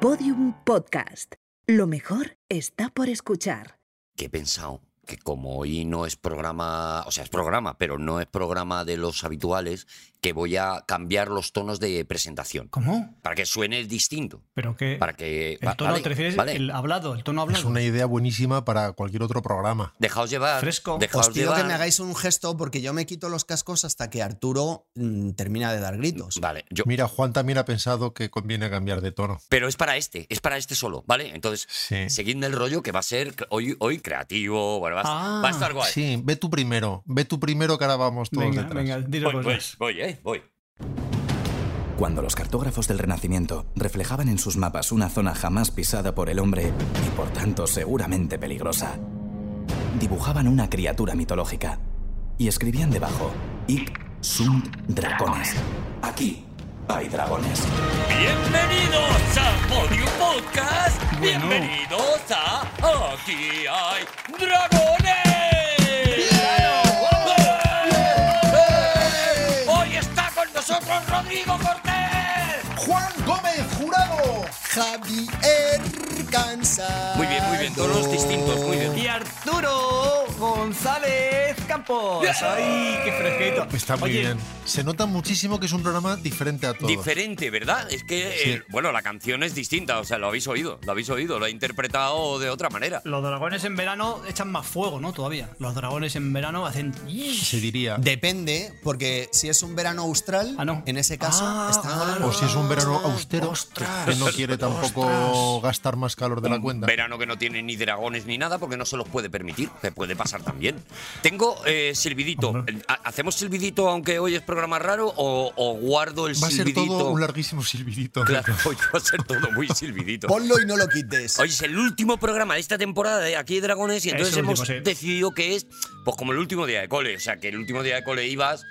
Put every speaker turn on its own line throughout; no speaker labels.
Podium Podcast. Lo mejor está por escuchar.
que he pensado que como hoy no es programa, o sea, es programa, pero no es programa de los habituales, que voy a cambiar los tonos de presentación
¿Cómo?
para que suene distinto,
Pero que.
para que va-
el tono,
vale,
¿te refieres
vale.
el hablado? El tono
Es
hablado.
una idea buenísima para cualquier otro programa.
Dejaos llevar,
Fresco.
dejaos
Pues Os pido
llevar.
que me hagáis un gesto porque yo me quito los cascos hasta que Arturo mm, termina de dar gritos.
Vale, yo
Mira, Juan también ha pensado que conviene cambiar de tono.
pero es para este, es para este solo, ¿vale? Entonces,
Sí.
seguidme el rollo que va a ser cre- hoy, hoy creativo, bueno, va, a-
Ah,
va a estar guay.
Sí, ve tú primero. Ve tú primero que ahora vamos todos
Venga,
detrás.
venga, dilo
Voy, voy,
cosas.
voy, eh, voy.
Cuando los cartógrafos del Renacimiento reflejaban en sus mapas una zona jamás pisada por el hombre y por tanto seguramente peligrosa, dibujaban una criatura mitológica y escribían debajo: Hic sunt dragones. Aquí hay dragones.
Bienvenidos a Podium Podcast.
Bueno.
Bienvenidos a Aquí hay dragones. ¡Eh! Hoy está con nosotros Rodrigo Cortés.
Juan Gómez Jurado. Javier Cansado.
Muy bien, muy bien, tonos distintos, muy bien.
Y Arturo González Campos. ¡Ay, qué fresquito!
Está muy
Oye,
bien. Se nota muchísimo que es un programa diferente a todos.
Diferente, ¿verdad? Es que,
Sí.
eh, bueno, la canción es distinta, o sea, lo habéis oído, lo habéis oído, lo he interpretado de otra manera.
Los dragones en verano echan más fuego, ¿no? Todavía. Los dragones en verano hacen.
se diría.
Depende, porque si es un verano austral,
Ah, no.
en ese caso
Ah,
está. Ah.
vale.
O si es un verano austero,
Ostras.
que no quiere tampoco
Ostras.
gastar más calor de la cuenta.
Verano que no tiene ni dragones ni nada porque no se los puede permitir. Se puede pasar también. Tengo eh, silbidito.
Hombre.
¿Ha- ¿Hacemos silbidito aunque hoy es programa raro o, o guardo el
Va a ser
silbidito?
todo un larguísimo silbidito.
Claro, hoy va a ser todo muy silbidito.
Ponlo y no lo quites.
Hoy es el último programa de esta temporada de Aquí hay Dragones y
Es
entonces
el último,
hemos
sí.
decidido que es pues como el último día de cole. O sea, que el último día de cole ibas,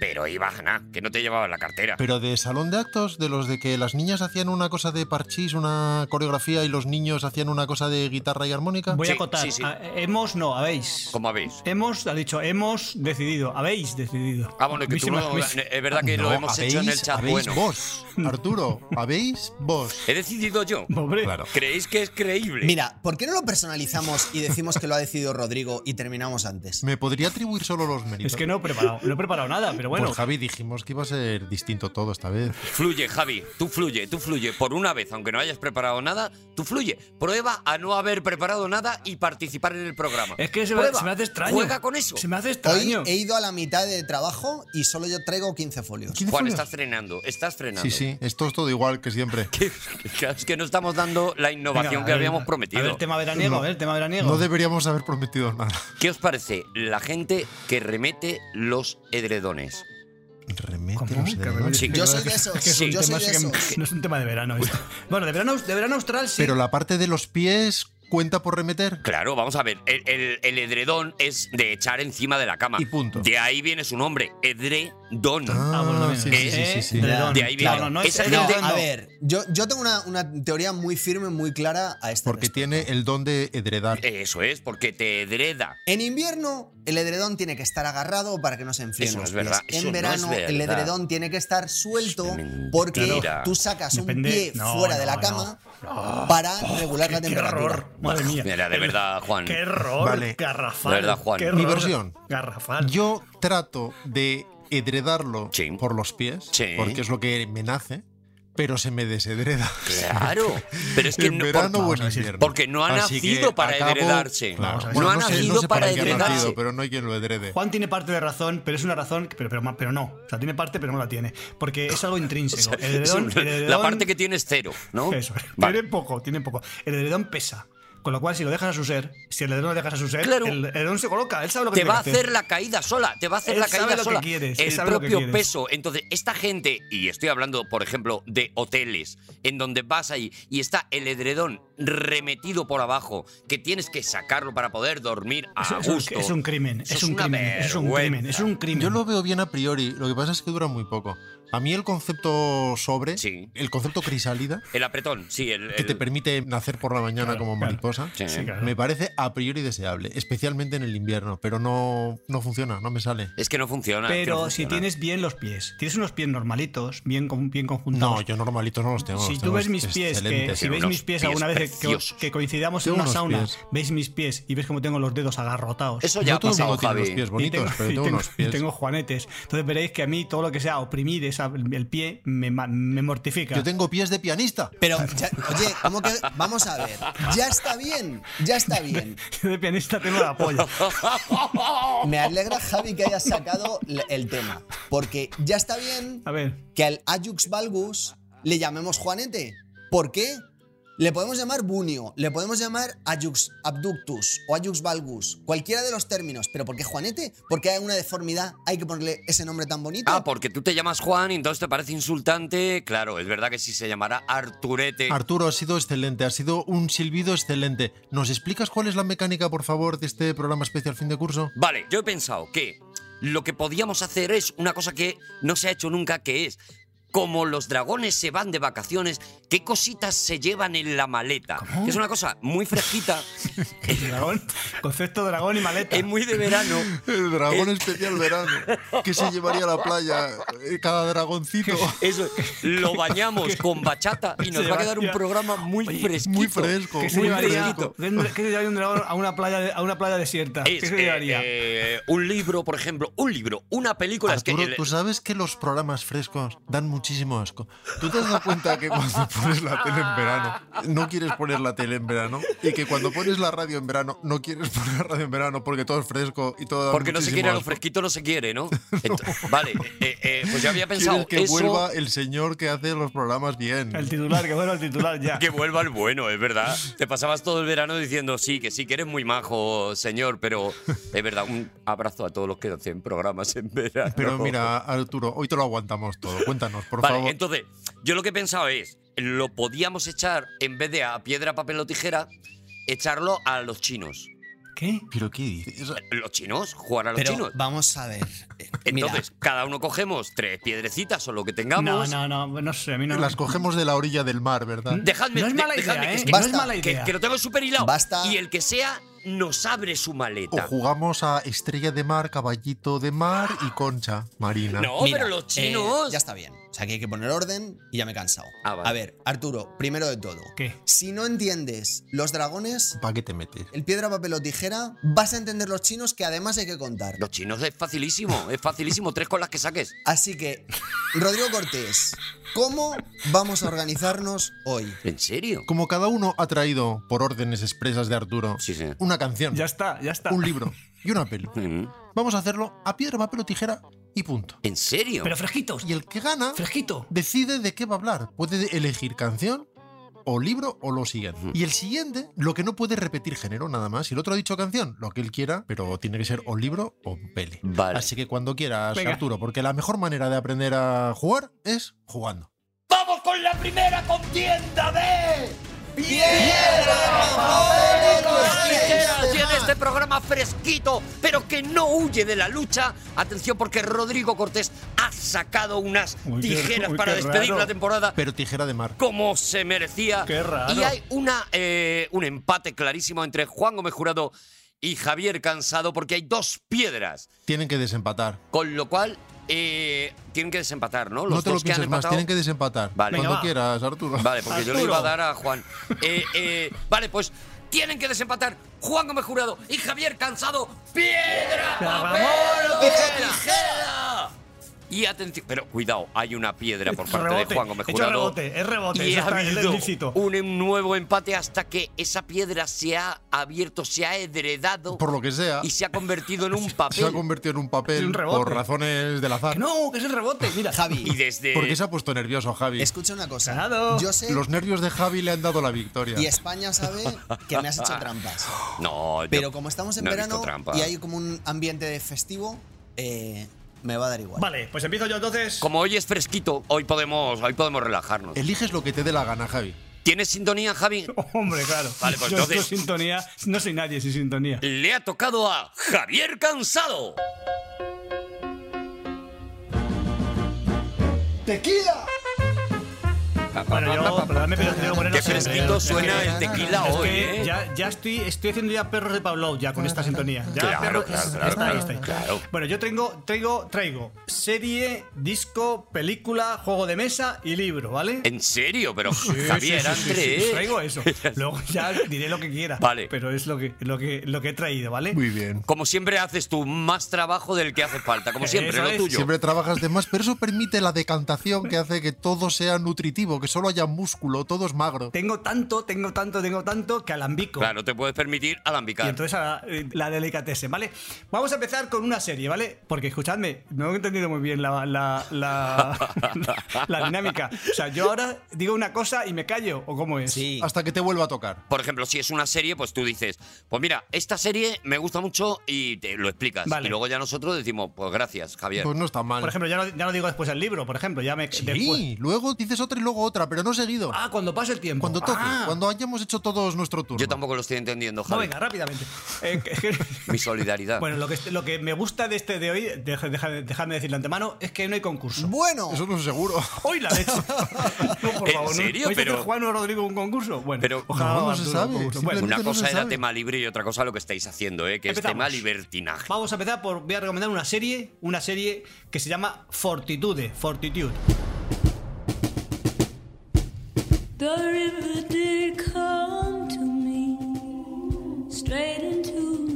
pero ibas a nada, que no te llevabas la cartera.
Pero de salón de actos, de los de que las niñas hacían una cosa de parchís, una coreografía, y los niños hacían una cosa de guitarra y armónica.
Voy
Sí,
a acotar.
sí, sí.
Ah, hemos no, habéis.
Como habéis.
Hemos, ha dicho, hemos decidido. Habéis decidido.
Ah, bueno, que tú
Mísima-
no-
mís-
es verdad que lo
No,
hemos hecho en el
habéis-
chat.
habéis
Bueno,
vos, Arturo, habéis vos.
he decidido yo.
Hombre.
Claro.
¿Creéis que es creíble?
Mira, ¿por qué no lo personalizamos y decimos que lo ha decidido Rodrigo y terminamos antes?
Me podría atribuir solo los méritos.
Es que no he preparado, no he preparado nada, pero
Pues,
bueno.
Javi, dijimos que iba a ser distinto todo esta vez.
Fluye, Javi, tú fluye, tú fluye. Por una vez, aunque no hayas preparado nada, tú fluye. Prueba a no haber preparado nada y participar en el programa.
Es que se me,
Prueba.
se me hace extraño.
Juega con eso.
Se me hace
Hoy
extraño.
he ido a la mitad de trabajo y solo yo traigo 15 folios.
¿Quién
Juan,
fue?
estás frenando, estás frenando.
Sí, sí, esto es todo igual que siempre.
Que- que Es que no estamos dando la
Venga,
innovación
a
que
ver,
habíamos
A
prometido.
ver, tema veraniego, a ver, tema veraniego.
No deberíamos haber prometido nada.
¿Qué os parece la gente que remete los edredones?
Remete
¿Cómo?
los
Que
edredones.
remete-
Sí.
Yo soy de esos.
Es un
yo soy
tema
de
que-
esos.
que no es un tema de verano. esto. Bueno, de verano, de verano austral sí.
Pues
Este
Pero la parte de los pies cuenta por remeter.
Claro, vamos a ver. El, el- el edredón es de echar encima de la cama.
Y punto.
De ahí viene su nombre, edredón.
Ah, bueno, también.
sí, sí, sí, sí, sí.
edredón.
De ahí viene.
Claro, no es
Esa es
No,
de-
edredón,
a
no.
ver, yo, yo tengo una, una teoría muy firme, muy clara a este
Porque
respecto.
tiene el don de edredar.
Eso es, porque te edreda.
En invierno, el edredón tiene que estar agarrado para que no se enfríen
Eso no
los
es
pies.
verdad, eso no
en
es
verano, el
verdad.
edredón tiene que estar suelto
Es mentira.
porque
Claro.
tú sacas
Depende-
un pie
no,
fuera de
no, Ah, oh,
la cama para regular la
Qué
temperatura.
horror. Madre mía.
Mira, de verdad, Juan.
Qué error.
Vale.
Garrafal.
De verdad, Juan.
qué
Mi
error
versión.
Garrafal.
Yo trato de edredarlo
Sí.
por los pies,
Sí.
porque es lo que me nace, pero se me desedreda.
Claro. Pero es que
en
no,
verano
por-
o en invierno.
porque no ha
Así que
nacido para
acabo-
edredarse.
Claro.
No
Bueno,
ha
sé-
nacido
sé
para
por qué ha
edredarse.
nacido, pero no hay quien lo edrede.
Juan tiene parte de razón, pero es una razón, pero, pero, pero no. O sea, tiene parte, pero no la tiene. Porque es algo intrínseco. El edredón- el
La
edredón-
parte que tiene es cero, ¿no?
Eso.
Vale.
Tiene poco, tiene poco. El edredón pesa. Con lo cual, si lo dejas a su ser, si el edredón lo dejas a su ser,
Claro.
el edredón se coloca. Él sabe lo que
Te
tiene
va a
que
hacer la caída sola, te va a hacer
Él
la
sabe
caída
lo que
sola.
quieres, él
el
sabe lo que
propio
quieres.
peso. Entonces, esta gente, y estoy hablando, por ejemplo, de hoteles, en donde vas ahí y está el edredón remetido por abajo, que tienes que sacarlo para poder dormir
Es-
a
es un-
gusto.
Es un crimen,
Ah, Eso
es un
una
crimen, es un crimen, es
vergüenza.
un crimen.
Yo lo veo bien a priori, lo que pasa es que dura muy poco. A mí el concepto sobre,
Sí.
el concepto crisálida,
El apretón, sí. El,
que te
el-
permite nacer por la mañana
Claro,
como
claro.
mariposa,
Sí.
Sí, claro.
me parece a priori deseable, especialmente en el invierno, pero no, no funciona, no me sale.
Es que no funciona. es que no
Pero si
funciona.
tienes bien los pies, tienes unos pies normalitos, bien, con- bien conjuntados.
No, yo normalitos no los tengo.
si
los
tú
tengo
ves mis pies, que,
excelentes.
si
Pero
veis
unos
mis pies
pies
alguna vez que- que,
preciosos.
que coincidamos
Tengo
en una
unos
sauna,
pies.
veis mis pies y ves cómo tengo los dedos agarrotados.
Eso ya
No
ha
todo el
pasado,
mundo tiene
Javi.
los pies
Y
bonitos,
tengo,
pero
y
tengo,
tengo-
unos
y
pies.
tengo juanetes. Entonces veréis que a mí todo lo que sea oprimir esa, el pie me, ma- me mortifica.
Yo tengo pies de pianista.
Pero, ya- oye, ¿cómo que? Vamos a ver. Ya está bien, ya está bien.
de pianista tengo la polla.
Me alegra, Javi, que hayas sacado l- el tema. Porque ya está bien
A ver,
que al Ajux Valgus le llamemos Juanete. ¿Por qué? Le podemos llamar Bunio, le podemos llamar Ajux Abductus o Ajux Valgus, cualquiera de los términos. ¿Pero por qué Juanete? Porque hay una deformidad, hay que ponerle ese nombre tan bonito.
Ah, porque tú te llamas Juan y entonces te parece insultante. Claro, es verdad que si se llamara Arturete.
Arturo, ha sido excelente, ha sido un silbido excelente. ¿Nos explicas cuál es la mecánica, por favor, de este programa especial fin de curso?
Vale, yo he pensado que lo que podíamos hacer es una cosa que no se ha hecho nunca, que es como los dragones se van de vacaciones, ¿qué cositas se llevan en la maleta? Que es una cosa muy fresquita,
dragón, concepto dragón y maleta.
es muy de verano.
El dragón especial verano, que se llevaría a la playa eh, cada dragoncito.
Eso, lo bañamos con bachata y nos va a quedar un programa muy fresquito.
muy fresco.
¿Qué se
muy
llevaría,
fresco.
¿Qué se llevaría un dragón a una playa, de- a una playa desierta?
Es,
¿Qué se
eh,
llevaría?
eh, un libro, por ejemplo, un libro, una película. es que
Arturo,
el-
tú sabes que los programas frescos dan muchísimo asco. ¿Tú te has dado cuenta que cuando pones la tele en verano, no quieres poner la tele en verano? Y que cuando pones la radio en verano, no quieres poner la radio en verano porque todo es fresco y todo da
Porque no se
muchísimo
quiere, a lo
asco.
fresquito no se quiere, ¿no? Ento- vale, eh, eh, pues yo había pensado
Quieres que
eso,
vuelva el señor que hace los programas bien.
El titular, que bueno el titular ya.
Que vuelva el bueno, es verdad. Te pasabas todo el verano diciendo, sí, que sí, que eres muy majo, señor, pero es verdad, un abrazo a todos los que hacen programas en verano.
Pero mira, Arturo, hoy te lo aguantamos todo. Cuéntanos, por
Vale,
favor.
entonces, yo lo que he pensado es, lo podíamos echar, en vez de a piedra, papel o tijera, echarlo a los chinos.
¿Qué?
¿Pero qué dices?
¿Los chinos? ¿Jugar a los
Pero
chinos?
vamos a ver. eh, mira,
Entonces, cada uno cogemos tres piedrecitas o lo que
No,
tengamos.
no, no, no sé, a mí no.
Las cogemos de la orilla del mar, ¿verdad?
Dejadme,
No es
de-
mala idea,
dejadme, que
¿eh?
es que-
no es
basta,
mala
que,
idea.
que lo tengo súper hilado.
Basta.
Y el que sea nos abre su
O
maleta.
jugamos a estrella de mar, caballito de mar y concha marina.
No, Oh,
mira,
pero los
eh,
chinos.
ya está bien. O sea, que hay que poner orden y ya me he cansado.
Ah, vale.
A ver, Arturo, primero de todo.
¿Qué?
Si no entiendes los dragones,
¿Para qué te metes?
el piedra, papel o tijera, vas a entender los chinos que además hay que contar.
Los chinos es facilísimo, es facilísimo. Tres con las que saques.
Así que, Rodrigo Cortés, ¿cómo vamos a organizarnos hoy?
¿En serio?
Como cada uno ha traído, por órdenes expresas de Arturo,
Sí, sí.
una canción,
Ya está, ya está.
un libro y una peli,
Mm,
vamos a hacerlo a piedra, papel o tijera y punto.
¿En serio?
Pero fresquitos,
Y el que gana
fresquito.
decide de qué va a hablar. Puede elegir canción o libro o lo siguiente. Y el siguiente, lo que no puede repetir género nada más. Si el otro ha dicho canción, lo que él quiera, pero tiene que ser o libro o peli.
Vale.
Así que cuando quieras,
Venga.
Arturo, porque la mejor manera de aprender a jugar es jugando.
¡Vamos con la primera contienda de tijeras! Y en este programa fresquito, pero que no huye de la lucha. Atención, porque Rodrigo Cortés ha sacado unas
Uy, qué-
tijeras
uy,
para
qué
despedir
raro.
la temporada.
Pero tijera de mar.
como se merecía.
Qué raro.
Y hay una, eh, un empate clarísimo entre Juan Gómez Jurado y Javier Cansado porque hay dos piedras,
Tienen que desempatar.
con lo cual eh, tienen que desempatar, ¿no? Los
no te lo
dos que han
pienses más,
empatado.
tienen que desempatar.
Vale.
Cuando
Venga, va.
quieras, Arturo.
Vale, porque yo le iba a
Arturo.
dar a Juan. Eh, eh, vale, pues tienen que desempatar Juan Gómez Jurado y Javier Cansado. ¡Piedra,
Pero
papel o tijera! Y atención, pero cuidado, hay una piedra por parte
Rebote,
de Juan Gómez
he hecho
Jurado.
rebote, es rebote,
Y
eso
ha
está- es
habido
lícito.
un nuevo empate hasta que esa piedra se ha abierto, se ha edredado
Por lo que sea,
y se ha convertido en un
se ha
papel.
convertido en un papel
En un rebote.
por razones del
Que
azar.
No, que es el rebote, mira.
Y
Javi,
desde.
Porque se ha puesto nervioso, Javi.
escucha una cosa.
Ganado.
Yo sé,
Los nervios de Javi le han dado la victoria.
y España sabe que me has hecho trampas.
No, yo
Pero como estamos en
no he visto
verano
trampa.
y hay como un ambiente de festivo, eh, me va a dar igual.
Vale, pues empiezo yo entonces.
Como hoy es fresquito, hoy podemos, hoy podemos relajarnos.
Eliges lo que te dé la gana, Javi.
¿Tienes sintonía, Javi?
Hombre, claro.
Vale, pues
yo
entonces-
sin sintonía, no soy nadie sin sintonía.
Le ha tocado a Javier Cansado.
¡Tequila!
Bueno, yo, perdóname, pero Diego Moreno
Qué
siempre,
fresquito
es que-
suena
es
el tequila
que
hoy, ¿eh?
ya, ya estoy, estoy haciendo ya perros de Pavlov ya con esta sintonía. Ya,
Claro,
perros-
claro,
ya
claro,
está, ya
claro,
está.
claro.
Bueno, yo traigo, traigo, traigo serie, disco, película, juego de mesa y libro, ¿vale?
¿En serio? Pero
Sí,
Javier,
sí, sí,
André,
sí,
¿eh?
Traigo eso. Luego ya diré lo que quiera.
Vale.
Pero es lo que, lo que, lo que he traído, ¿vale?
Muy bien.
Como siempre haces tú más trabajo del que hace falta, como siempre,
Eso
lo
es.
tuyo.
Siempre trabajas de más, pero eso permite la decantación que hace que todo sea nutritivo, que solo haya músculo, todo es magro.
Tengo tanto, tengo tanto, tengo tanto que alambico.
Claro, te puedes permitir
Y
alambicar.
entonces a- eh, la delicatessen, ¿vale? Vamos a empezar con una serie, ¿vale? Porque escuchadme, no he entendido muy bien la, la, la, la dinámica. O sea, yo ahora digo una cosa y me callo, ¿o cómo es?
Sí.
Hasta que te vuelva a tocar.
Por ejemplo, si es una serie, pues tú dices, pues mira, esta serie me gusta mucho y te lo explicas.
Vale.
Y luego ya nosotros decimos, pues gracias, Javier.
Pues no está mal.
Por ejemplo, ya no, ya no digo después el libro, por ejemplo, ya me...
Sí,
después-
luego dices otra y luego otra, pero no seguido.
Ah, cuando pase el tiempo.
Cuando toque,
Ah.
cuando hayamos hecho todos nuestro turno.
Yo tampoco lo estoy entendiendo,
No,
Javier.
venga, rápidamente. Eh, que- que-
Mi solidaridad.
bueno, lo que, lo que me gusta de este de hoy, deja- deja- dejadme decirlo de antemano, es que no hay concurso.
Bueno,
Eso no es seguro.
Hoy la leche. No, por
¿En
favor, ¿no?
serio?
¿Vais a hacer
Pero-
Juan o Rodrigo un concurso? Bueno,
Pero-
ojalá
No, no
hagan
se
tú un
sabe,
concurso. Bueno,
simplemente
una
no se
cosa era
sabe.
tema libre y otra cosa lo que estáis haciendo, ¿eh? que
Empezamos.
es tema libertinaje.
Vamos a empezar por. Voy a recomendar una serie. Una serie que se llama Fortitude. Fortitude.
The river did come to me straight into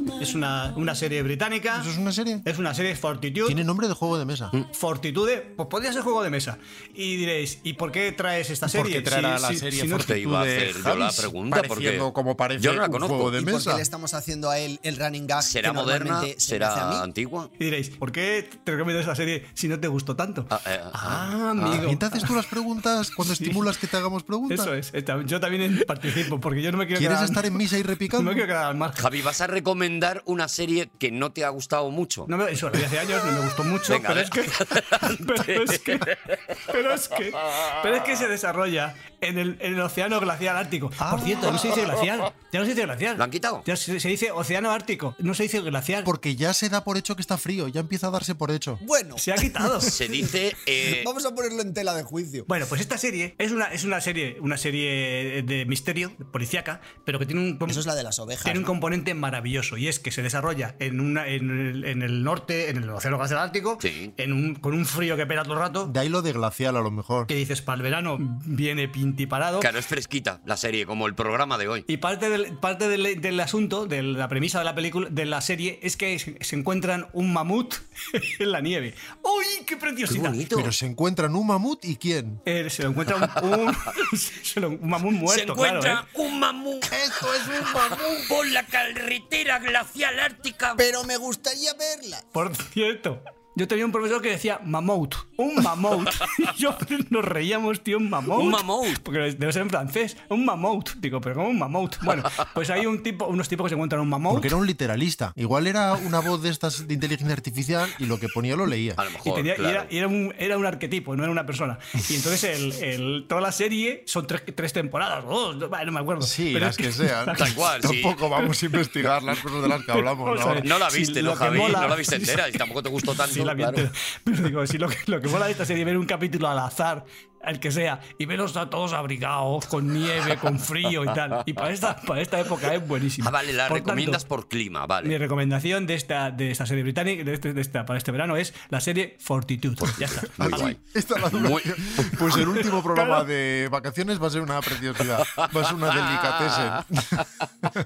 my
Es una, una serie británica.
¿Eso es una serie?
Es una serie Fortitude.
Tiene nombre de juego de mesa.
Fortitude, pues podría ser juego de mesa. Y diréis, ¿y por qué traes esta serie?
¿Por qué traerá
Si-
la
si-
serie
si no-
Te iba a
Fortitude,
hacer yo la
Javis?
pregunta porque
Pareciendo como parece
yo no la
un
conozco.
juego de
¿y por qué
mesa.
le estamos haciendo a él el running gag?
¿Será
que
moderna?
normalmente se me hace
¿Será
a mí?
antigua?
Y diréis, ¿por qué te recomiendo esta serie si no te gustó tanto?
Ah, eh,
Ah,
Ah,
amigo.
¿Y te haces tú las preguntas cuando estimulas que te hagamos preguntas?
Eso es. Esta- Yo también participo porque yo no me quiero
¿Quieres
quedar-
estar en misa y
No
repicando?
me quiero quedar al margen.
Javi, vas a recomendar una serie que no te ha gustado mucho.
No me, eso lo vi hace años, no me gustó mucho,
Venga,
pero,
a
es que, pero es que. Pero es que. Pero es que se desarrolla en el, en el océano glacial ártico.
Ah.
Por cierto, no se dice glacial. Ya no se dice glacial.
¿Lo han quitado?
Ya se, se dice océano ártico. No se dice glacial.
Porque ya se da por hecho que está frío, ya empieza a darse por hecho.
Bueno,
Se ha quitado.
Se dice. eh,
vamos a ponerlo en tela de juicio.
Bueno, pues esta serie es una, es una serie, una serie de misterio, policíaca, pero que tiene un.
Eso es la de las ovejas.
Tiene un
¿no?
componente maravilloso y es que se desarrolla en, una, en, el, en el norte, en el océano glacial ártico,
Sí.
en un- con un frío que pega todo el rato.
De ahí lo de glacial, a lo mejor.
que dices para el verano viene pintiparado.
claro, es fresquita la serie, como el programa de hoy.
Y parte del, parte del, del asunto, de la premisa de la película, de la serie, es que se se encuentran un mamut en la nieve. ¡Uy, qué preciosidad!
Pero se encuentran un mamut y quién.
Eh, se lo encuentra un, un- se lo- un mamut muerto,
se encuentra
claro, ¿eh?
un mamut. Esto es un mamut por la carretera glacial ártica.
Pero me gustaría verla.
Por cierto. Yo tenía un profesor que decía mamut, un mamut. Y Yo nos reíamos, tío, un mamut.
Un mamut.
Porque debe ser en francés, un mamut. Digo, pero ¿cómo un mamut? Bueno, pues hay un tipo, unos tipos que se encuentran un mamut.
Porque era un literalista. Igual era una voz de estas de inteligencia artificial y lo que ponía lo leía.
A lo
Y,
mejor.
tenía- y
claro.
era, y era un, era un arquetipo, no era una persona. Y entonces el, el- toda la serie son tres, tres temporadas, o dos, no, bueno, no me acuerdo.
Sí,
Pero
las
es
que sean.
Da igual, sí.
Tampoco vamos a investigar las cosas de las que hablamos.
Vamos a
¿no?
ver.
No la
Si
viste,
lo
¿no,
que
Javi?
mola-
No la viste entera y tampoco te gustó tanto.
Sí, la vi
claro.
entera. Pero digo, sí, lo que, lo que mola de esta serie es ver un capítulo al azar, al que sea, y verlos a todos abrigados, con nieve, con frío y tal. Y para esta, para esta época es buenísimo.
Ah, vale, la
Por tanto,
recomiendas por clima,
Mi
vale.
recomendación de esta, de esta serie británica, de este- de esta, para este verano, es la serie Fortitude. Ya está.
Muy
Así,
guay.
esta es la
Muy-
duración. Pues el último programa de vacaciones va a ser una preciosidad. Va a ser una delicatessen.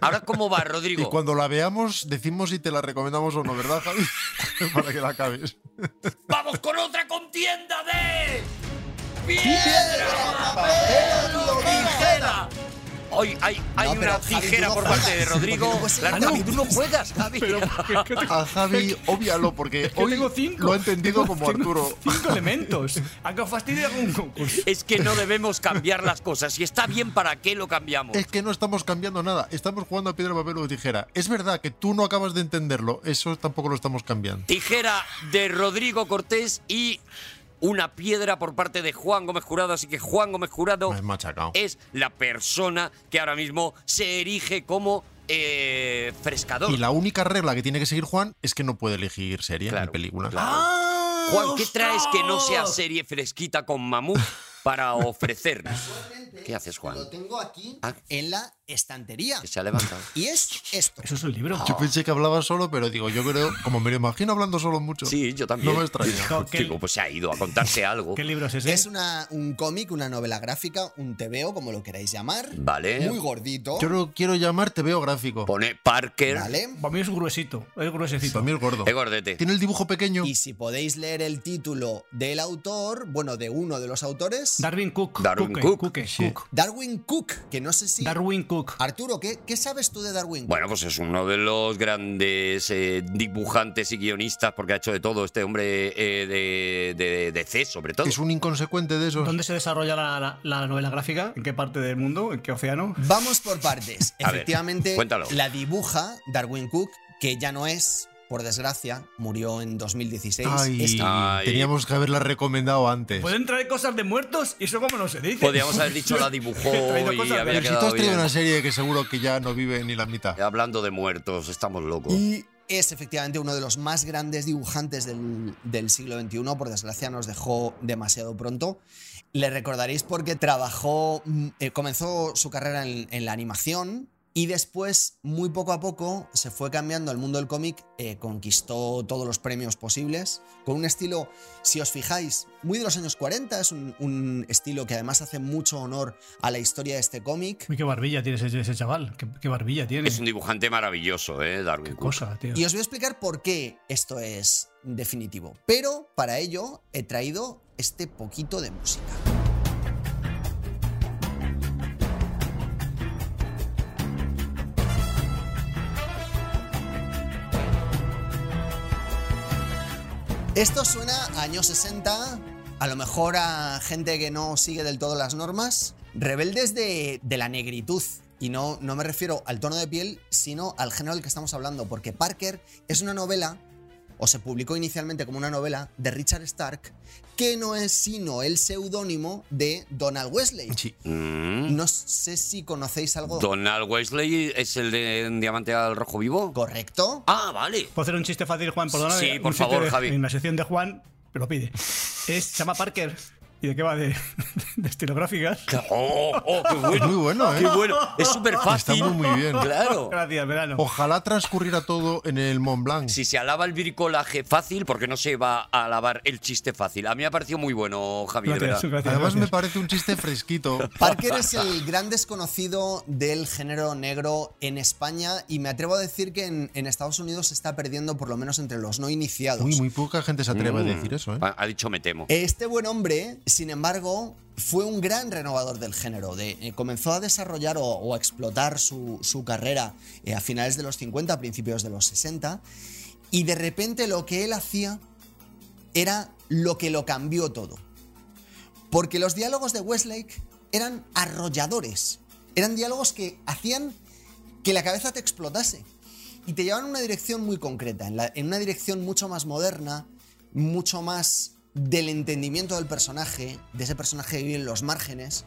Ahora, ¿cómo va,
Y
Rodrigo?
cuando la veamos, decimos si te la recomendamos o no, ¿verdad, Javi? Para que la acabes.
¡Vamos con otra contienda de.
¡Piedra, papel o tijera!
Hoy hay, hay
No, pero,
una
Javi, tú
tijera
no
por parte
juegas,
de Rodrigo.
porque no puedes ser
Claro,
Javi,
tú
tú
no
no
juegas, Javi.
Pero, ¿qué- qué te-
A Javi, óbvialo, porque
que
hoy
tengo cinco.
lo ha entendido
Tengo-
como
tengo
Arturo.
Cinco elementos. ¿A que os fastidia un concurso?
Es que no debemos cambiar las cosas. Y está bien, ¿para qué lo cambiamos?
Es que no estamos cambiando nada, estamos jugando a piedra, papel o tijera. Es verdad que tú no acabas de entenderlo, eso tampoco lo estamos cambiando.
Tijera de Rodrigo Cortés y una piedra por parte de Juan Gómez Jurado. Así que Juan Gómez Jurado
Me has machacado.
es la persona que ahora mismo se erige como eh, frescador.
Y la única regla que tiene que seguir Juan es que no puede elegir serie
Claro,
ni película.
claro. Juan, ¿qué traes que no sea serie fresquita con mamut para ofrecernos? ¿Qué haces, Juan?
Lo tengo aquí
Ah.
en la estantería.
Que se ha levantado.
Y es esto.
Eso es un libro.
Yo pensé que hablaba solo, pero digo, yo creo, como me lo imagino hablando solo mucho.
Sí, yo también.
No me extraña.
Jo, ¿qué-
Digo, pues se ha ido a contarse algo.
¿Qué libro es ese?
Es una, un cómic, una novela gráfica, un TVO, como lo queráis llamar.
Vale.
Muy gordito.
Yo lo quiero llamar te veo gráfico.
Pone Parker.
¿Vale?
Para mí es gruesito, es gruesecito.
Para mí es gordo.
Eh, gordete.
Tiene el dibujo pequeño.
Y si podéis leer el título del autor, bueno, de uno de los autores,
Darwin Cook.
Darwin
Cooke,
Cook.
Cooke,
Sí.
Cook.
Darwin Cook, que no sé si...
Darwin Cook.
Arturo, ¿qué, qué sabes tú de Darwin Cook?
Bueno, pues es uno de los grandes eh, dibujantes y guionistas, porque ha hecho de todo este hombre eh, de, de, de C, sobre todo.
Es un inconsecuente de esos.
¿Dónde se desarrolla la, la- la novela gráfica? ¿En qué parte del mundo? ¿En qué océano?
Vamos por partes.
A ver,
Efectivamente,
cuéntalo.
la dibuja Darwin Cook, que ya no es, por desgracia, murió en 2016.
Ay,
Es-
Ay.
teníamos que haberla recomendado antes.
¿Pueden traer cosas de muertos? ¿Y eso cómo no se dice?
Podríamos haber dicho la dibujó
He traído
y
cosas,
habría
Pero si tú
quedado
has tenido
bien.
una serie que seguro que ya no vive ni la mitad.
Hablando de muertos, estamos locos.
Y es efectivamente uno de los más grandes dibujantes del, del siglo XXI. Por desgracia, nos dejó demasiado pronto. Le recordaréis porque trabajó, mm, eh, comenzó su carrera en, en la animación. Y después, muy poco a poco, se fue cambiando al mundo del cómic, eh, conquistó todos los premios posibles, con un estilo, si os fijáis, muy de los años 40, es un, un estilo que además hace mucho honor a la historia de este cómic.
Uy, qué barbilla tiene ese, ese chaval. Qué, qué barbilla tiene.
Es un dibujante maravilloso, ¿eh? Darwin Cook.
cosa, tío.
Y os voy a explicar por qué esto es definitivo. Pero para ello he traído este poquito de música. Esto suena a años 60, a lo mejor a gente que no sigue del todo las normas, rebeldes de, de la negritud. Y no, no me refiero al tono de piel, sino al género del que estamos hablando, porque Parker es una novela, o se publicó inicialmente como una novela, de Richard Stark, que no es sino el seudónimo de Donald Wesley.
Sí.
Mm.
No sé si conocéis algo
Donald Wesley es el de un diamante al rojo vivo.
correcto.
Ah, vale.
¿Puedo hacer un chiste fácil, Juan? Perdona.
Sí,
un
por
chiste
favor,
de-
Javi.
En la sección de Juan, me lo pide. Es, se llama Parker. ¿Y de qué va? De, de estilográficas.
Oh, oh, qué
Es
bueno.
muy bueno, ¿eh?
Qué bueno. Es súper fácil.
Está muy, muy bien.
Claro.
Gracias, verano.
Ojalá transcurriera todo en el Mont Blanc.
Si se alaba el bricolaje fácil, ¿por qué no se va a alabar el chiste fácil? A mí me ha parecido muy bueno, Javi, de
gracias,
verdad.
gracias,
Además me
gracias.
parece un chiste fresquito.
Parker es el gran desconocido del género negro en España y me atrevo a decir que en, en Estados Unidos se está perdiendo por lo menos entre los no iniciados.
Muy, muy poca gente se atreve a
Mm.
decir eso, ¿eh?
Ha ha dicho me temo.
Este buen hombre, sin embargo, fue un gran renovador del género. de- eh, comenzó a desarrollar o, o a explotar su, su carrera eh, a finales de los 50, a principios de los 60, y de repente lo que él hacía era lo que lo cambió todo. Porque los diálogos de Westlake eran arrolladores. Eran diálogos que hacían que la cabeza te explotase. Y te llevaban a una dirección muy concreta, en, la- en una dirección mucho más moderna, mucho más del entendimiento del personaje, de ese personaje que vive en los márgenes,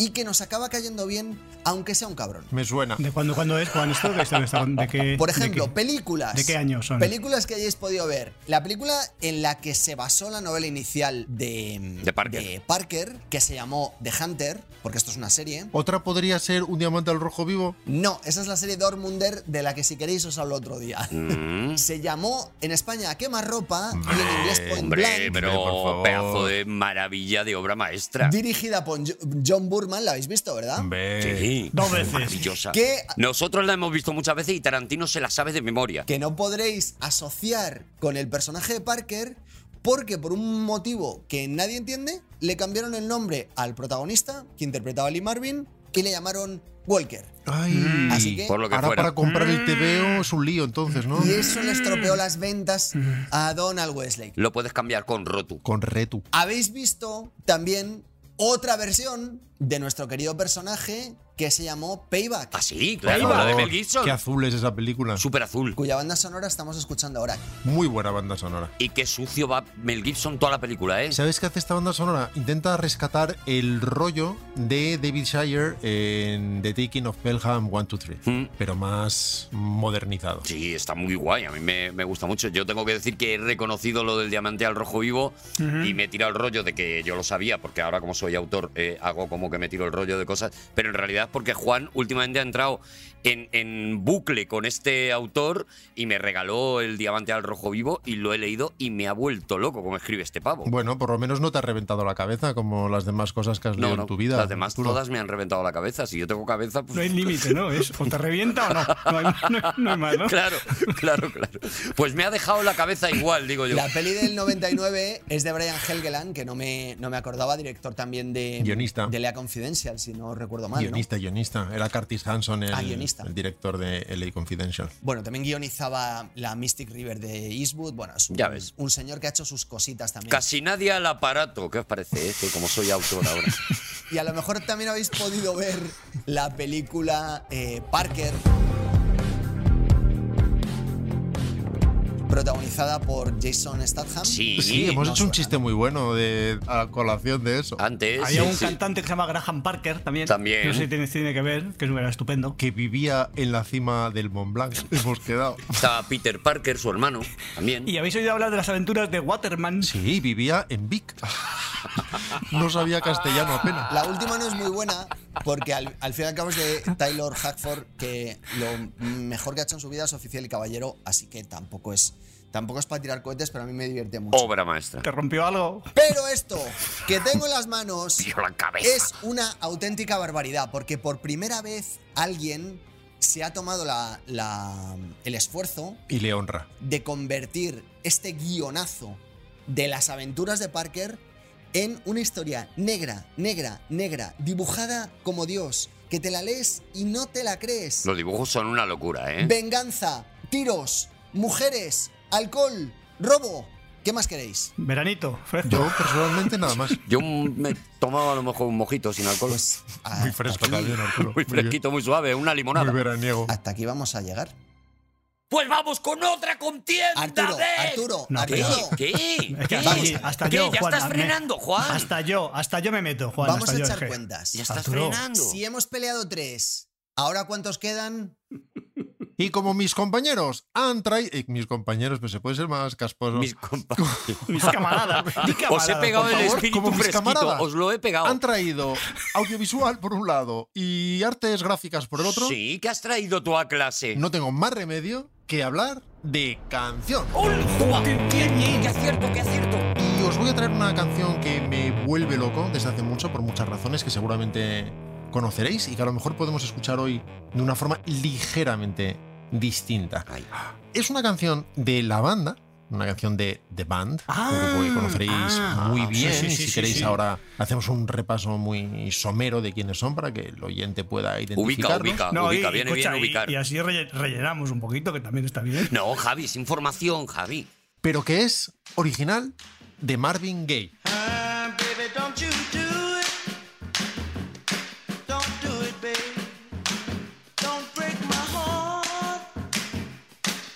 y que nos acaba cayendo bien, aunque sea un cabrón.
Me suena.
¿De cuándo, cuándo es, Juan? ¿Esto que está- está- de qué-
Por
de
ejemplo,
qué?
películas.
¿De qué año son?
Películas que hayáis podido ver. La película en la que se basó la novela inicial de,
De Parker.
de Parker, que se llamó The Hunter, porque esto es una serie.
Otra podría ser un diamante al rojo vivo.
No, esa es la serie Dortmunder de la que si queréis os hablo otro día.
Mm.
Se llamó en España Quema Ropa y en inglés Point
Hombre,
por
Blank,
pero
favor.
pedazo de maravilla de obra maestra.
dirigida por Jo- John Burman, la habéis visto, ¿verdad?
Hombre.
Sí.
Dos veces.
Maravillosa.
¿Qué?
Nosotros la hemos visto muchas veces y Tarantino se la sabe de memoria.
Que no podréis asociar con el personaje de Parker porque por un motivo que nadie entiende, le cambiaron el nombre al protagonista, que interpretaba a Lee Marvin, y le llamaron Walker.
Ay.
Así que-
Por lo que
Ahora
fuera.
para comprar el TVO Mm. es un lío entonces, ¿no?
Y eso le estropeó las ventas a Donald Westlake.
Lo puedes cambiar con Rotu.
Con Retu.
Habéis visto también otra versión de nuestro querido personaje que se llamó Payback,
Ah, sí, claro, la de Mel Gibson.
Qué azul es esa película.
Súper azul.
cuya banda sonora estamos escuchando ahora.
Muy buena banda sonora.
Y qué sucio va Mel Gibson toda la película, ¿eh?
¿Sabes qué hace esta banda sonora? Intenta rescatar el rollo de David Shire en The Taking of Pelham 1, 2, 3,
Mm.
pero más modernizado.
Sí, está muy guay, a mí me, me gusta mucho. Yo tengo que decir que he reconocido lo del diamante al rojo vivo y me he tirado el rollo de que yo lo sabía, porque ahora como soy autor eh, hago como que me tiro el rollo de cosas, pero en realidad porque Juan últimamente ha entrado en, en bucle con este autor y me regaló el diamante al rojo vivo y lo he leído y me ha vuelto loco como escribe este pavo.
Bueno, por lo menos no te ha reventado la cabeza como las demás cosas que has leído
no, no,
en tu vida.
las demás
Arturo.
todas me han reventado la cabeza, si yo tengo cabeza... Pues,
No hay límite, ¿no? Es, o te revienta o no. No hay, no hay- no hay más, ¿no?
Claro, claro, claro. Pues me ha dejado la cabeza igual, digo yo.
La peli del 99 es de Brian Helgeland, que no me, no me acordaba, director también de,
Guionista.
de Lea Confidential, si no recuerdo mal. ¿no?
Guionista, guionista. Era Curtis Hanson, el,
Ah, guionista.
el director de LA Confidential.
Bueno, también guionizaba la Mystic River de Eastwood. Bueno, es un,
Ya ves.
un señor que ha hecho sus cositas también.
Casi nadie al aparato. ¿Qué os parece? Este, como soy autor ahora.
Y a lo mejor también habéis podido ver la película eh, Parker, protagonizada por Jason Statham.
Sí,
Sí, hemos
no
hecho un
suena,
chiste muy bueno de, a colación de eso.
antes.
Había
sí,
un
sí.
cantante que se llama Graham Parker también.
También.
No sé si tiene, tiene que ver, que era estupendo.
Que vivía en la cima del Mont Blanc. Hemos quedado.
Estaba Peter Parker, su hermano, también.
¿Y habéis oído hablar de las aventuras de Waterman?
Sí, vivía en Vic. No sabía castellano apenas.
La última no es muy buena porque al, al fin y al cabo es de Taylor Hackford, que lo mejor que ha hecho en su vida es oficial y caballero, así que tampoco es, tampoco es para tirar cohetes, pero a mí me divierte mucho.
Obra maestra.
¿Te rompió algo?
Pero esto que tengo en las manos
Tío, la cabeza.
es una auténtica barbaridad, porque por primera vez alguien se ha tomado la- la- el esfuerzo
Y le honra.
de convertir este guionazo de las aventuras de Parker en una historia negra, negra, negra, dibujada como Dios, que te la lees y no te la crees.
Los dibujos son una locura, ¿eh?
Venganza, tiros, mujeres, alcohol, robo. ¿Qué más queréis?
Veranito, fresco.
Yo personalmente nada más.
Yo me tomaba a lo mejor un mojito sin alcohol.
Pues,
Ah,
Muy fresco
hasta, aquí,
también, Arturo.
muy fresquito, muy suave, una
bien.
limonada.
Muy veraniego.
hasta aquí vamos a llegar.
Pues vamos con otra contienda.
Arturo,
de-
Arturo,
No,
¿Qué?
Arturo.
¿Qué?
Es que
¿Qué?
hasta aquí- hasta
¿Qué?
yo,
Ya
Juan,
estás
me-
frenando, Juan.
Hasta yo, hasta yo me meto, Juan.
Vamos
hasta
a
yo,
echar
es que-
cuentas.
Ya estás
Arturo.
frenando.
Si hemos peleado tres, ¿ahora cuántos quedan?
Y como mis compañeros han traído. eh, Mis compañeros, pues se puede ser más casposo.
Mis compañeros.
Mis camaradas. di
Os he
camaradas,
pegado
por
el
favor.
espíritu
como mis
fresquito.
camaradas.
Os lo he pegado.
Han traído audiovisual por un lado y artes gráficas por el otro.
Sí, que has traído tú a clase.
No tengo más remedio que hablar de canción.
¡Qué acierto, qué acierto!
Y os voy a traer una canción que me vuelve loco desde hace mucho por muchas razones que seguramente conoceréis y que a lo mejor podemos escuchar hoy de una forma ligeramente distinta.
Ay.
Es una canción de la banda, una canción de The Band,
Ah,
un grupo que conoceréis
ah,
muy
sí,
bien.
sí,
y
sí,
si
sí,
queréis
sí.
ahora hacemos un repaso muy somero de quiénes son para que el oyente pueda
Ubica,
identificarlos.
ubica,
No,
ubica,
y-
viene
escucha,
bien
y-
ubicar.
Y, así relle- rellenamos un poquito, que también está bien.
No, Javi, es información, Javi.
Pero que es original de Marvin Gaye.
Ah, baby, don't you do it. Don't do it, babe. Don't break my heart.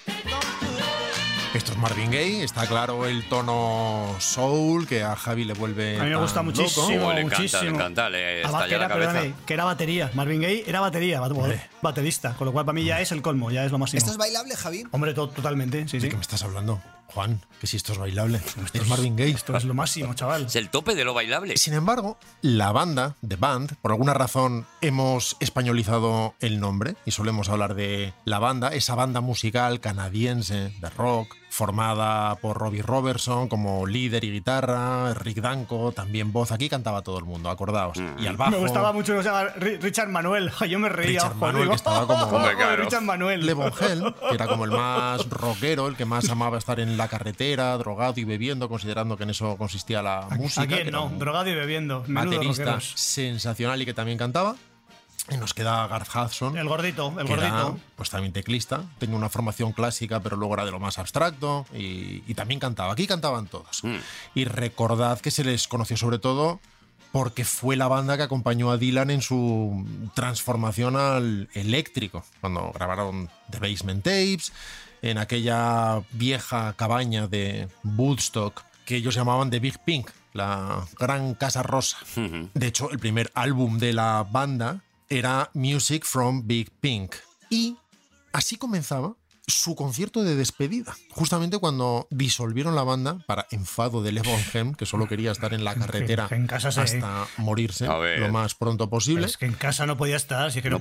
Don't do it, babe.
Esto es Marvin Gaye, está claro el tono soul que a Javi le vuelve.
A mí me
tan
gusta
loco.
muchísimo,
Como le encanta,
muchísimo. Ah,
le encanta, le
Además,
estalla
que
la
era,
cabeza.
perdóname, que era batería. Marvin Gaye era batería, bat- baterista. Con lo cual, para mí ya es el colmo, ya es lo máximo.
¿Esto es bailable, Javi?
Hombre, to- totalmente, sí,
¿De
sí.
qué me estás hablando, Juan? Que si esto es bailable. es Marvin Gaye.
Esto es lo máximo, chaval.
Es el tope de lo bailable.
Sin embargo, la banda, The Band, por alguna razón hemos españolizado el nombre y solemos hablar de la banda, esa banda musical canadiense de rock, formada por Robbie Robertson como líder y guitarra, Rick Danko, también voz, aquí cantaba todo el mundo, acordaos. Y al bajo.
Me gustaba mucho que se llama Ri- Richard Manuel. Yo me reía.
Richard
ojo,
Manuel,
digo,
que estaba como-
Hombre, claro.
Richard Manuel.
Levon Helm, que era como el más rockero, el que más amaba estar en la carretera, drogado y bebiendo, considerando que en eso consistía la música.
¿A quién
que era
no?
un
Drogado y bebiendo. Menudo
baterista
rockeros.
sensacional y que también cantaba. Y nos queda Garth Hudson.
El gordito, el
que era,
gordito.
pues también teclista, tenía una formación clásica, pero luego era de lo más abstracto y, y también cantaba. Aquí cantaban todos. Y recordad que se les conoció sobre todo porque fue la banda que acompañó a Dylan en su transformación al eléctrico, cuando grabaron The Basement Tapes, en aquella vieja cabaña de Woodstock que ellos llamaban The Big Pink, la gran casa rosa.
Ujú.
De hecho, el primer álbum de la banda era Music from Big Pink. Y así comenzaba su concierto de despedida. Justamente cuando disolvieron la banda para enfado de Lev Bonheim, que solo quería estar en la carretera
en casa se-
hasta morirse
A ver.
lo más pronto posible.
Es que en casa no podía estar, si es que no,
No